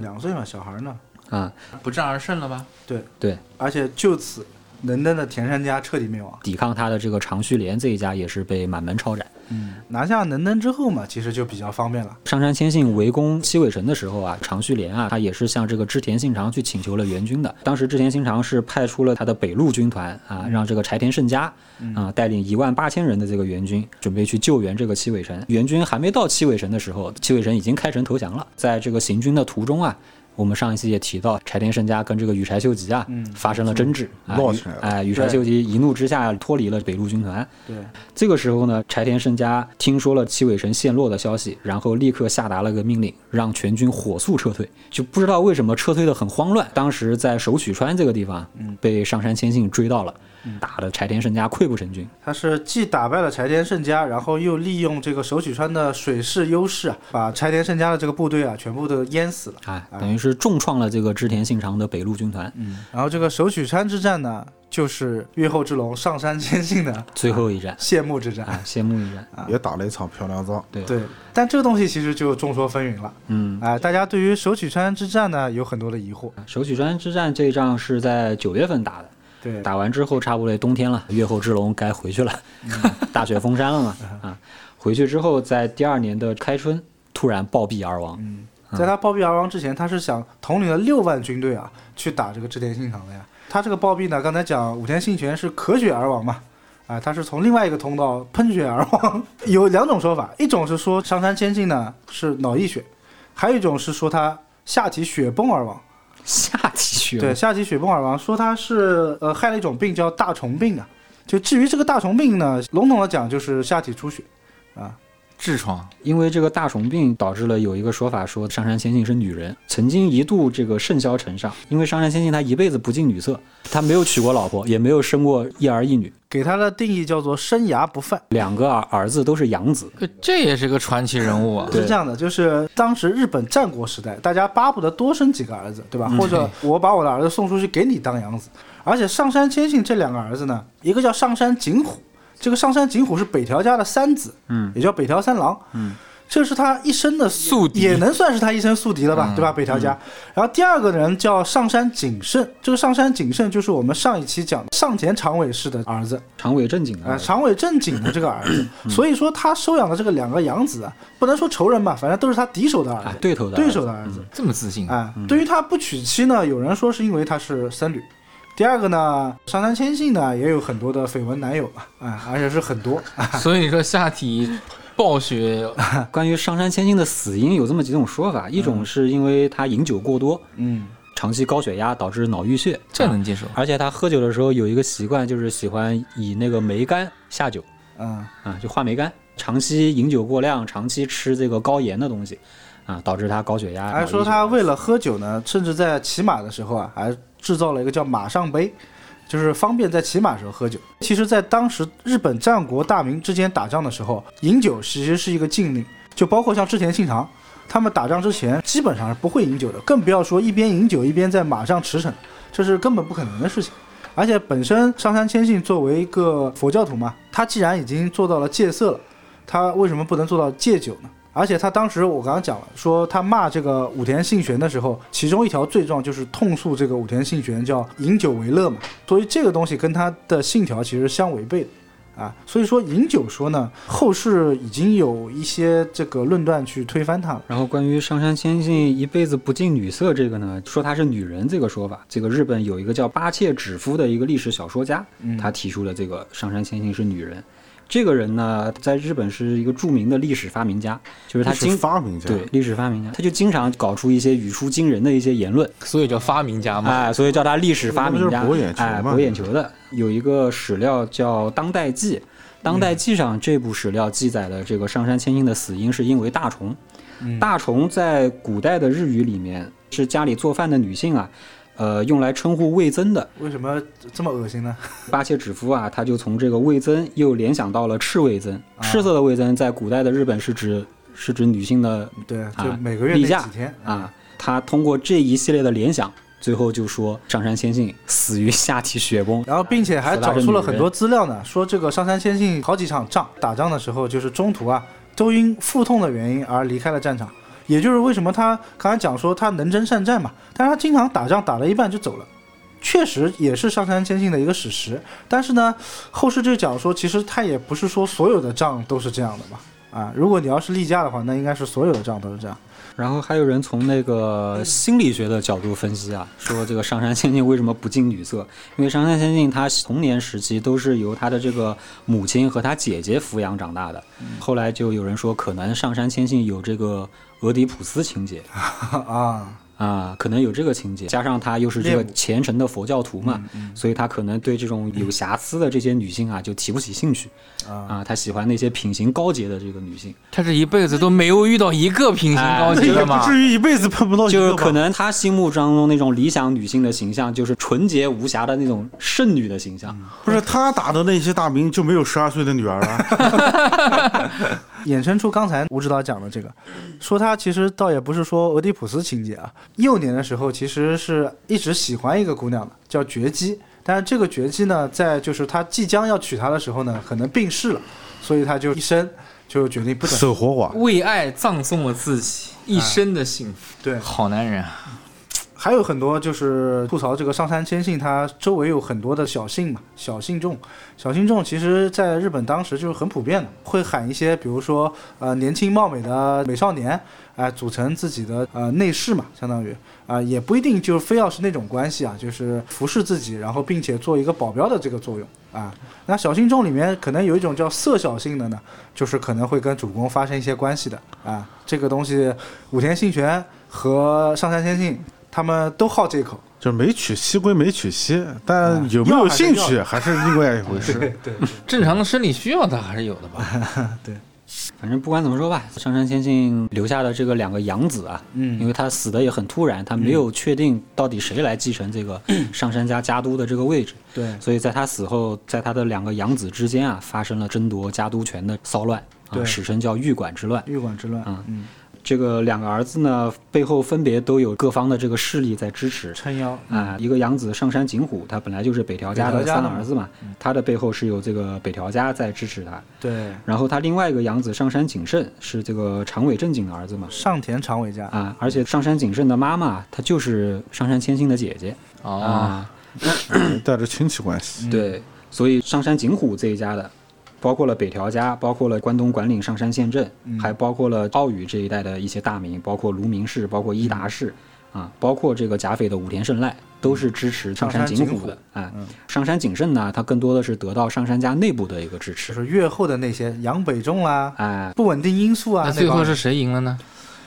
[SPEAKER 2] 两岁嘛，小孩呢？
[SPEAKER 4] 啊。
[SPEAKER 5] 不战而胜了吧？
[SPEAKER 2] 对，
[SPEAKER 4] 对，
[SPEAKER 2] 而且就此，能登的田山家彻底灭亡。
[SPEAKER 4] 抵抗他的这个长须连这一家也是被满门抄斩。
[SPEAKER 2] 嗯，拿下能登之后嘛，其实就比较方便了。
[SPEAKER 4] 上杉谦信围攻七尾城的时候啊，长须连啊，他也是向这个织田信长去请求了援军的。当时织田信长是派出了他的北路军团
[SPEAKER 3] 嗯
[SPEAKER 4] 啊，让这个柴田胜家啊带领一万八千人的这个援军，准备去救援这个七尾城。援军还没到七尾城的时候，七尾城已经开城投降了。在这个行军的途中啊。我们上一期也提到，柴田胜家跟这个羽柴秀吉啊、发生了争执，啊
[SPEAKER 3] 闹
[SPEAKER 4] 羽
[SPEAKER 3] 嗯起来了
[SPEAKER 4] 哎，羽柴秀吉一怒之下脱离了北路军团，
[SPEAKER 2] 对，
[SPEAKER 4] 这个时候呢，柴田胜家听说了七尾神陷落的消息，然后立刻下达了个命令，让全军火速撤退。就不知道为什么撤退的很慌乱。当时在首取川这个地方，被上杉谦信追到了，打的柴田胜家溃不成军。
[SPEAKER 2] 他是既打败了柴田胜家，然后又利用这个首取川的水势优势啊，把柴田胜家的这个部队啊全部都淹死了。
[SPEAKER 4] 哎，等于是重创了这个织田信长的北路军团。
[SPEAKER 2] 然后这个首取川之战呢，就是越后之龙上山谦信的
[SPEAKER 4] 最后一战，
[SPEAKER 2] 谢幕之战。
[SPEAKER 4] 哎，谢幕一战。
[SPEAKER 3] 也打了一场漂亮仗。
[SPEAKER 4] 对
[SPEAKER 2] 对，但这个东西其实就众说纷纭了。
[SPEAKER 4] 嗯，
[SPEAKER 2] 哎、大家对于首取川之战呢有很多的疑惑。
[SPEAKER 4] 首啊取川之战这一仗是在九月份打的。
[SPEAKER 2] 对，
[SPEAKER 4] 打完之后差不多也冬天了，月后之龙该回去了， 大雪封山了嘛啊！回去之后，在第二年的开春突然暴毙而亡，
[SPEAKER 2] 在他暴毙而亡之前，他是想统领了六万军队啊，去打这个织田信长的呀。他这个暴毙呢，刚才讲武田信玄是咳血而亡嘛，啊、他是从另外一个通道喷血而亡。啊有两种说法，一种是说上杉谦信呢是脑溢血，还有一种是说他下体血崩而亡。
[SPEAKER 4] 下起雪
[SPEAKER 2] 对，下体血崩而亡，说他是呃害了一种病叫大虫病啊。就至于这个大虫病呢，笼统的讲就是下体出血。
[SPEAKER 5] 痔疮，
[SPEAKER 4] 因为这个大虫病导致了有一个说法说上杉谦信是女人，曾经一度这个盛嚣尘上，因为上杉谦信他一辈子不近女色，他没有娶过老婆，也没有生过一儿一女，
[SPEAKER 2] 给他的定义叫做生涯不犯。
[SPEAKER 4] 两个儿儿子都是养子，
[SPEAKER 5] 呃这也是个传奇人物啊。
[SPEAKER 4] 对
[SPEAKER 2] 是这样的，就是当时日本战国时代，大家巴不得多生几个儿子，对吧？或者我把我的儿子送出去给你当养子。而且上杉谦信这两个儿子呢，一个叫上杉景虎，这个上杉景虎是北条家的三子，嗯，也叫北条三郎，嗯，这是他一生的
[SPEAKER 5] 宿敌
[SPEAKER 2] 也能算是他一生宿敌了吧，对吧？北条家。然后第二个人叫上杉景胜，这个上杉景胜就是我们上一期讲的上田长尾氏的儿子，
[SPEAKER 4] 长尾正经
[SPEAKER 2] 啊，
[SPEAKER 4] 啊，
[SPEAKER 2] 长尾正经的这个儿子，
[SPEAKER 4] 嗯
[SPEAKER 2] 所以说他收养的这个两个养子，啊，不能说仇人吧，反正都是他敌手的儿
[SPEAKER 4] 啊
[SPEAKER 2] 子，
[SPEAKER 4] 对头的儿子嗯
[SPEAKER 2] 对手的儿子。
[SPEAKER 5] 这么自信，
[SPEAKER 2] 啊，对于他不娶妻呢，有人说是因为他是僧侣，第二个呢，上杉谦信呢也有很多的绯闻男友啊，啊，而且是很多。
[SPEAKER 5] 所以说下体暴雪，
[SPEAKER 4] 关于上山千金的死因有这么几种说法，一种是因为他饮酒过多，
[SPEAKER 2] 嗯，
[SPEAKER 4] 长期高血压导致脑淤血，
[SPEAKER 5] 这能接受？
[SPEAKER 4] 而且他喝酒的时候有一个习惯，就是喜欢以那个梅干下酒
[SPEAKER 2] 嗯，
[SPEAKER 4] 啊，就话梅干。长期饮酒过量，长期吃这个高盐的东西，啊，导致他高血
[SPEAKER 3] 哎
[SPEAKER 4] 压。
[SPEAKER 2] 还
[SPEAKER 4] 脑
[SPEAKER 2] 说
[SPEAKER 4] 淤血
[SPEAKER 2] 他为了喝酒呢，甚至在骑马的时候啊，还制造了一个叫马上杯，就是方便在骑马时候喝酒。其实，在当时日本战国大名之间打仗的时候，饮酒其实是一个禁令，就包括像织田信长，他们打仗之前基本上是不会饮酒的，更不要说一边饮酒一边在马上驰骋，这是根本不可能的事情。而且本身上杉谦信作为一个佛教徒嘛，他既然已经做到了戒色了，他为什么不能做到戒酒呢？而且他当时我刚刚讲了，说他骂这个武田信玄的时候，其中一条罪状就是痛诉这个武田信玄叫饮酒为乐嘛，所以这个东西跟他的信条其实相违背的。啊，所以说饮酒说呢，后世已经有一些这个论断去推翻他了。
[SPEAKER 4] 然后关于上杉谦信一辈子不近女色这个呢，说她是女人这个说法，这个日本有一个叫八切指夫的一个历史小说家，
[SPEAKER 3] 嗯
[SPEAKER 4] 他提出了这个上杉谦信是女人。这个人呢，在日本是一个著名的历史发明家，就是他
[SPEAKER 3] 历史
[SPEAKER 4] 经
[SPEAKER 3] 发明家，
[SPEAKER 4] 对历史发明家，他就经常搞出一些语出惊人的一些言论，
[SPEAKER 5] 所以叫发明家嘛。
[SPEAKER 4] 哎，所以叫他历史发明
[SPEAKER 3] 那
[SPEAKER 4] 家，
[SPEAKER 3] 啊不就是博眼球
[SPEAKER 4] 哎，
[SPEAKER 3] 吗
[SPEAKER 4] 博眼球的。有一个史料叫《当代记》，《当代记》上这部史料记载的这个上杉谦信的死因是因为大虫。
[SPEAKER 3] 嗯
[SPEAKER 4] 大虫在古代的日语里面是家里做饭的女性啊，呃，用来称呼味增的。
[SPEAKER 2] 为什么这么恶心呢？
[SPEAKER 4] 八切指夫啊，他就从这个味增又联想到了赤味增，
[SPEAKER 3] 啊
[SPEAKER 4] 赤色的味增在古代的日本是指是指女性的
[SPEAKER 2] 对，就
[SPEAKER 4] 啊
[SPEAKER 2] 每个月
[SPEAKER 4] 例
[SPEAKER 2] 那
[SPEAKER 4] 假
[SPEAKER 2] 几天，
[SPEAKER 4] 啊，他通过这一系列的联想，最后就说上杉谦信死于下体雪崩。
[SPEAKER 2] 然后并且还找出了很
[SPEAKER 4] 死拉着女
[SPEAKER 2] 多
[SPEAKER 4] 人
[SPEAKER 2] 资料呢，说这个上杉谦信好几场仗打仗的时候，就是中途啊都因腹痛的原因而离开了战场，也就是为什么他刚才讲说他能征善战嘛，但是他经常打仗打了一半就走了。确实也是上杉谦信的一个史实，但是呢，后世就讲说，其实他也不是说所有的仗都是这样的嘛。啊，如果你要是例假的话，那应该是所有的仗都是这样。
[SPEAKER 4] 然后还有人从那个心理学的角度分析啊，说这个上杉谦信为什么不近女色？因为上杉谦信他童年时期都是由他的这个母亲和他姐姐抚养长大的，后来就有人说可能上杉谦信有这个俄狄浦斯情节，
[SPEAKER 2] 啊，
[SPEAKER 4] 啊，可能有这个情节，加上他又是这个
[SPEAKER 2] 恋母
[SPEAKER 4] 虔诚的佛教徒嘛，所以他可能对这种有瑕疵的这些女性啊，就提不起兴趣啊他喜欢那些品行高洁的这个女性，
[SPEAKER 5] 他这一辈子都没有遇到一个品行高
[SPEAKER 3] 那
[SPEAKER 5] 级
[SPEAKER 3] 也
[SPEAKER 5] 的
[SPEAKER 3] 不
[SPEAKER 5] 嘛。
[SPEAKER 3] 至于一辈子碰不到一
[SPEAKER 4] 就是
[SPEAKER 3] 个吧，
[SPEAKER 4] 可能他心目当中那种理想女性的形象，就是纯洁无瑕的那种圣女的形象。
[SPEAKER 3] 不是他打的那些大名就没有十二岁的女儿啊 了，
[SPEAKER 2] 衍生出刚才吴指导讲的这个，说他其实倒也不是说俄狄浦斯情节啊，幼年的时候其实是一直喜欢一个姑娘的，叫绝姬，但是这个绝姬呢，在就是他即将要娶她的时候呢，可能病逝了，所以他就一生就决定不等。
[SPEAKER 3] 手活寡。
[SPEAKER 5] 为爱葬送了自己一生的幸福，
[SPEAKER 2] 对，
[SPEAKER 5] 好男人啊！
[SPEAKER 2] 还有很多就是吐槽这个上杉谦信，他周围有很多的小姓嘛，小姓众，小姓众其实在日本当时就是很普遍的，会喊一些比如说呃年轻貌美的美少年，哎、组成自己的呃内侍嘛，相当于啊、也不一定就是非要是那种关系啊，就是服侍自己，然后并且做一个保镖的这个作用啊。那小姓众里面可能有一种叫色小姓的呢，就是可能会跟主公发生一些关系的啊。这个东西，武田信玄和上杉谦信他们都好这口。
[SPEAKER 3] 就是没娶妻归没娶妻，
[SPEAKER 4] 嗯
[SPEAKER 3] 但有没有兴趣还是另外一 回事。
[SPEAKER 2] 对，
[SPEAKER 5] 正常的生理需要他还是有的吧？
[SPEAKER 2] 啊
[SPEAKER 4] 反正不管怎么说吧，上杉谦信留下的这个两个养子啊，
[SPEAKER 2] 嗯
[SPEAKER 4] 因为他死的也很突然，他没有确定到底谁来继承 这个上杉家家督的这个位置，
[SPEAKER 2] 对
[SPEAKER 4] 所以在他死后，在他的两个养子之间啊，发生了争夺家督权的骚乱，啊，
[SPEAKER 2] 对
[SPEAKER 4] 史称叫玉管之乱。
[SPEAKER 2] 玉管之乱，
[SPEAKER 4] 嗯
[SPEAKER 2] 嗯，
[SPEAKER 4] 这个两个儿子呢，背后分别都有各方的这个势力在支持。
[SPEAKER 2] 撑腰，
[SPEAKER 4] 啊，一个养子上杉景虎，他本来就是北条家
[SPEAKER 2] 北
[SPEAKER 4] 的
[SPEAKER 2] 条家
[SPEAKER 4] 三
[SPEAKER 2] 的嘛嗯
[SPEAKER 4] 儿子嘛，他的背后是有这个北条家在支持他。
[SPEAKER 2] 对，
[SPEAKER 4] 然后他另外一个养子上杉景胜是这个长尾正景的儿子嘛，
[SPEAKER 2] 上田长尾家，
[SPEAKER 4] 啊，而且上杉景胜的妈妈她就是上杉谦信的姐姐
[SPEAKER 5] 哦，
[SPEAKER 4] 啊，嗯
[SPEAKER 3] 带着亲戚关系，
[SPEAKER 4] 对，所以上杉景虎这一家的，包括了北条家，包括了关东管领上嗯杉县镇，还包括了奥羽这一带的一些大名，包括卢明氏，包括伊达氏。啊，包括这个甲斐的武田胜赖都是支持上山景虎的啊。上山景胜呢，他更多的是得到上山家内部的一个支
[SPEAKER 2] 就
[SPEAKER 4] 持。
[SPEAKER 2] 是越后的那些杨北仲啦、
[SPEAKER 4] 哎，
[SPEAKER 2] 不稳定因素啊，
[SPEAKER 5] 那
[SPEAKER 2] 那
[SPEAKER 5] 最后
[SPEAKER 2] 帮
[SPEAKER 5] 是
[SPEAKER 2] 人
[SPEAKER 5] 谁赢了呢？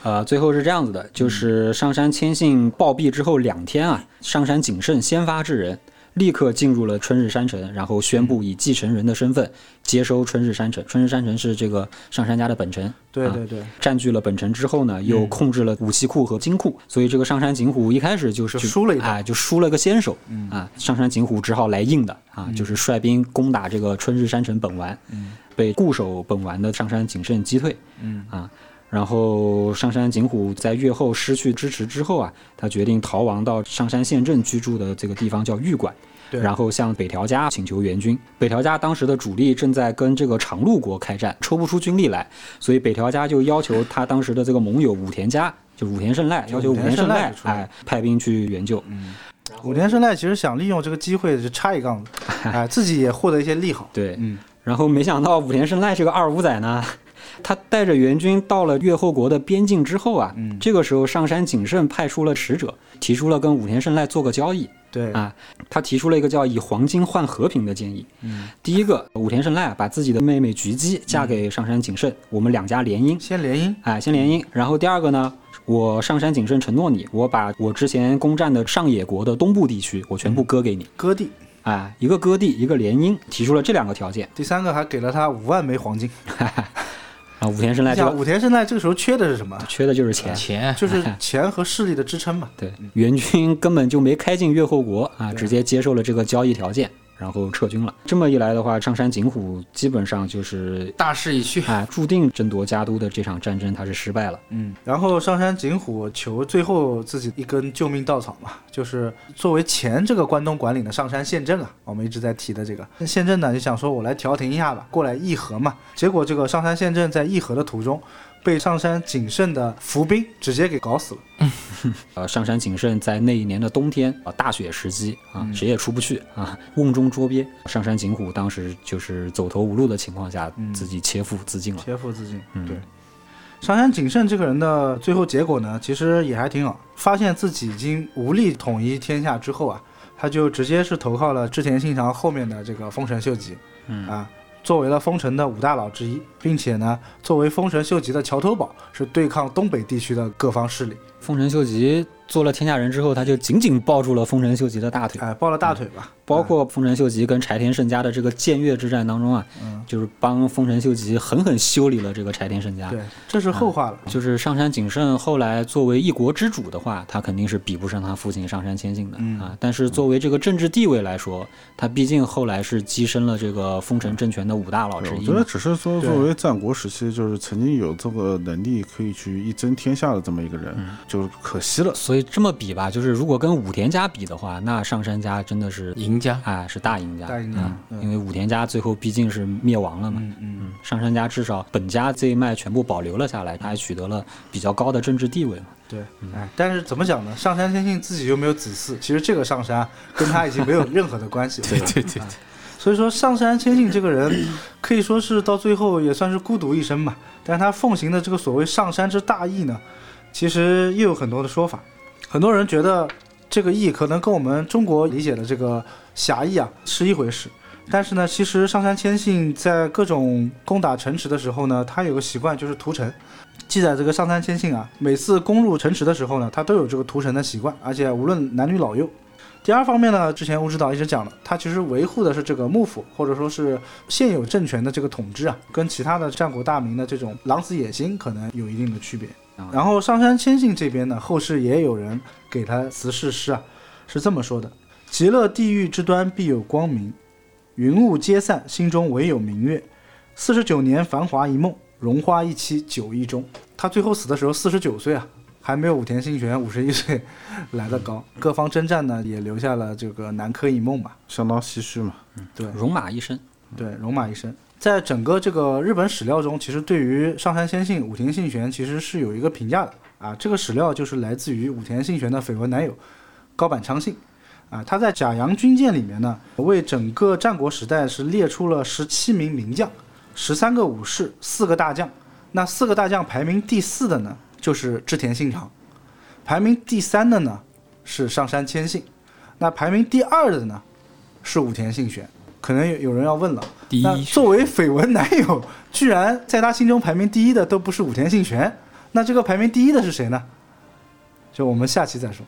[SPEAKER 4] 呃，最后是这样子
[SPEAKER 2] 嗯
[SPEAKER 4] 的，就是上山谦信暴毙之后两天啊，上山景胜先发制人，立刻进入了春日山城，然后宣
[SPEAKER 2] 嗯
[SPEAKER 4] 布以继承人的身份接收春日山城。春日山城是这个上山家的本城，
[SPEAKER 2] 对
[SPEAKER 4] 啊
[SPEAKER 2] 对嗯对，
[SPEAKER 4] 占据了本城之后呢，又控制了武器库和金库，所以这个上山景虎一开始就是
[SPEAKER 2] 就输了一嗯
[SPEAKER 4] 啊、
[SPEAKER 2] 把
[SPEAKER 4] 就输了个先手、啊。上山景虎只好来硬的
[SPEAKER 2] 嗯
[SPEAKER 4] 啊，就是率兵攻打这个春日山城本丸，被固守本丸的上山景胜击退，嗯啊。然后上山景虎在越后失去支持之后啊，他决定逃亡到上山县镇居住的这个地方叫玉馆，
[SPEAKER 2] 对
[SPEAKER 4] 然后向北条家请求援军。北条家当时的主力正在跟这个长鹿国开战，抽不出军力来，所以北条家就要求他当时的这个盟友武田家，就武田胜赖，要求
[SPEAKER 2] 武
[SPEAKER 4] 武
[SPEAKER 2] 田
[SPEAKER 4] 田胜
[SPEAKER 2] 胜赖
[SPEAKER 4] 赖
[SPEAKER 2] 就出来
[SPEAKER 4] 哎派兵去援救。
[SPEAKER 2] 武田胜赖其实想利用这个机会就插一杠子，哎，自己也获得一些利好。
[SPEAKER 4] 对，
[SPEAKER 2] 嗯，
[SPEAKER 4] 然后没想到武田胜赖这个二五仔呢， 他带着援军到了越后国的边境之后啊，这个时候上山景胜派出了使者，提出了跟武田胜赖做个交易。
[SPEAKER 2] 对，
[SPEAKER 4] 啊，他提出了一个叫“以黄金换和平”的建议。嗯，第一个，武田胜赖把自己的妹妹菊姬嫁给上山景胜，我们两家联姻，
[SPEAKER 2] 先联姻，
[SPEAKER 4] 哎，先联姻。然后第二个呢，我上山景胜承诺你，我把我之前攻占的上野国的东部地区，我全部割给你。
[SPEAKER 2] 割地。
[SPEAKER 4] 哎，一个割地，一个联姻，提出了这两个条件
[SPEAKER 2] 第三个还给了他五万枚黄金。
[SPEAKER 4] 啊。武田胜赖
[SPEAKER 2] 你
[SPEAKER 4] 这
[SPEAKER 2] 想，
[SPEAKER 4] 个
[SPEAKER 2] 武田胜赖这个时候缺的是什么？
[SPEAKER 4] 啊缺的就是钱。
[SPEAKER 5] 钱
[SPEAKER 2] 就是钱和势力的支撑嘛。
[SPEAKER 4] 对，援军根本就没开进越后国嗯啊，直接接受了这个交易条件，然后撤军了。这么一来的话，上山景虎基本上就是
[SPEAKER 5] 大势已去，
[SPEAKER 4] 啊，注定争夺家都的这场战争他是失败了。
[SPEAKER 2] 嗯，然后上山景虎求最后自己一根救命稻草嘛，就是作为前这个关东管领的上山县政啊，我们一直在提的这个那县政呢，就想说我来调停一下吧，过来议和嘛。结果这个上山县政在议和的途中，被上山景胜的伏兵直接给搞死了。
[SPEAKER 4] 呃，上山景胜在那一年的冬天啊，大雪时机啊，谁也出不去啊，瓮中捉鳖。上山景虎当时就是走投无路的情况下，自己切腹自尽了。
[SPEAKER 2] 切腹自尽。
[SPEAKER 4] 嗯
[SPEAKER 2] 对，上山景胜这个人的最后结果呢，其实也还挺好。发现自己已经无力统一天下之后啊，他就直接是投靠了织田信长后面的这个丰臣秀吉，嗯啊，作为了丰臣的五大佬之一，并且呢，作为丰臣秀吉的桥头堡，是对抗东北地区的各方势力。
[SPEAKER 4] 丰臣秀吉做了天下人之后，他就紧紧抱住了丰臣秀吉的大腿，
[SPEAKER 2] 哎，抱了大腿吧，
[SPEAKER 4] 嗯包括丰臣秀吉跟柴田胜家的这个僭越之战当中啊，
[SPEAKER 3] 嗯
[SPEAKER 4] 就是帮丰臣秀吉狠狠修理了这个柴田胜
[SPEAKER 2] 嗯
[SPEAKER 4] 家。
[SPEAKER 2] 对，这是后话了。
[SPEAKER 4] 就是上山景胜后来作为一国之主的话，他肯定是比不上他父亲上山谦信的、
[SPEAKER 3] 嗯
[SPEAKER 4] 啊。但是作为这个政治地位来说，他毕竟后来是跻身了这个丰臣政权的五大佬之
[SPEAKER 3] 对我
[SPEAKER 4] 一
[SPEAKER 3] 觉
[SPEAKER 4] 嘛
[SPEAKER 3] 得。只是说，作为战国时期，就是曾经有这个能力可以去一争天下的这么一个人，
[SPEAKER 4] 嗯
[SPEAKER 3] 就是可惜了。
[SPEAKER 4] 所以这么比吧，就是如果跟武田家比的话，那上山家真的是
[SPEAKER 5] 赢家。
[SPEAKER 4] 啊是大赢家，
[SPEAKER 2] 大赢家
[SPEAKER 4] 啊
[SPEAKER 3] 嗯
[SPEAKER 4] 因为武田家最后毕竟是灭亡了嘛。
[SPEAKER 2] 嗯嗯，
[SPEAKER 4] 嗯上山家至少本家这一脉全部保留了下来，他还取得了比较高的政治地位嘛。
[SPEAKER 2] 对，
[SPEAKER 5] 嗯
[SPEAKER 2] 哎，但是怎么讲呢？上山天信自己又没有子嗣，其实这个上山啊跟他已经没有任何的关系了。对啊
[SPEAKER 5] 对对对，
[SPEAKER 2] 所以说，上杉谦信这个人 可以说是到最后也算是孤独一生吧。但是他奉行的这个所谓上山之大义呢，其实又有很多的说法。很多人觉得这个义可能跟我们中国理解的这个侠义啊是一回事。但是呢，其实上杉谦信在各种攻打城池的时候呢，他有个习惯就是屠城。记载这个上杉谦信啊，每次攻入城池的时候呢，他都有这个屠城的习惯，而且无论男女老幼。第二方面呢，之前吴指导一直讲了，他其实维护的是这个幕府或者说是现有政权的这个统治啊，跟其他的战国大名的这种狼子野心可能有一定的区别。然后上杉谦信这边呢，后世也有人给他词誓诗啊，是这么说的：“极乐地狱之端必有光明，云雾皆散，心中唯有明月。四十九年繁华一梦，荣花一期酒一盅。”他最后死的时候四十九岁啊，还没有武田信玄五十一岁来的高。各方征战呢，也留下了这个南柯一梦吧。
[SPEAKER 3] 相当唏嘘嘛。
[SPEAKER 2] 对，
[SPEAKER 4] 戎马一生，
[SPEAKER 2] 对，戎马一生。在整个这个日本史料中，其实对于上杉谦信、武田信玄其实是有一个评价的啊。这个史料就是来自于武田信玄的绯闻男友高坂昌信啊。他在《甲阳军舰》里面呢，为整个战国时代是列出了十七名名将、十三个武士、四个大将。那四个大将排名第四的呢，就是织田信长。排名第三的呢是上杉谦信，那排名第二的呢是武田信玄。可能有有人要问了，
[SPEAKER 5] 第一
[SPEAKER 2] 那作为绯闻男友，居然在他心中排名第一的都不是武田信玄，那这个排名第一的是谁呢？就我们下期再说。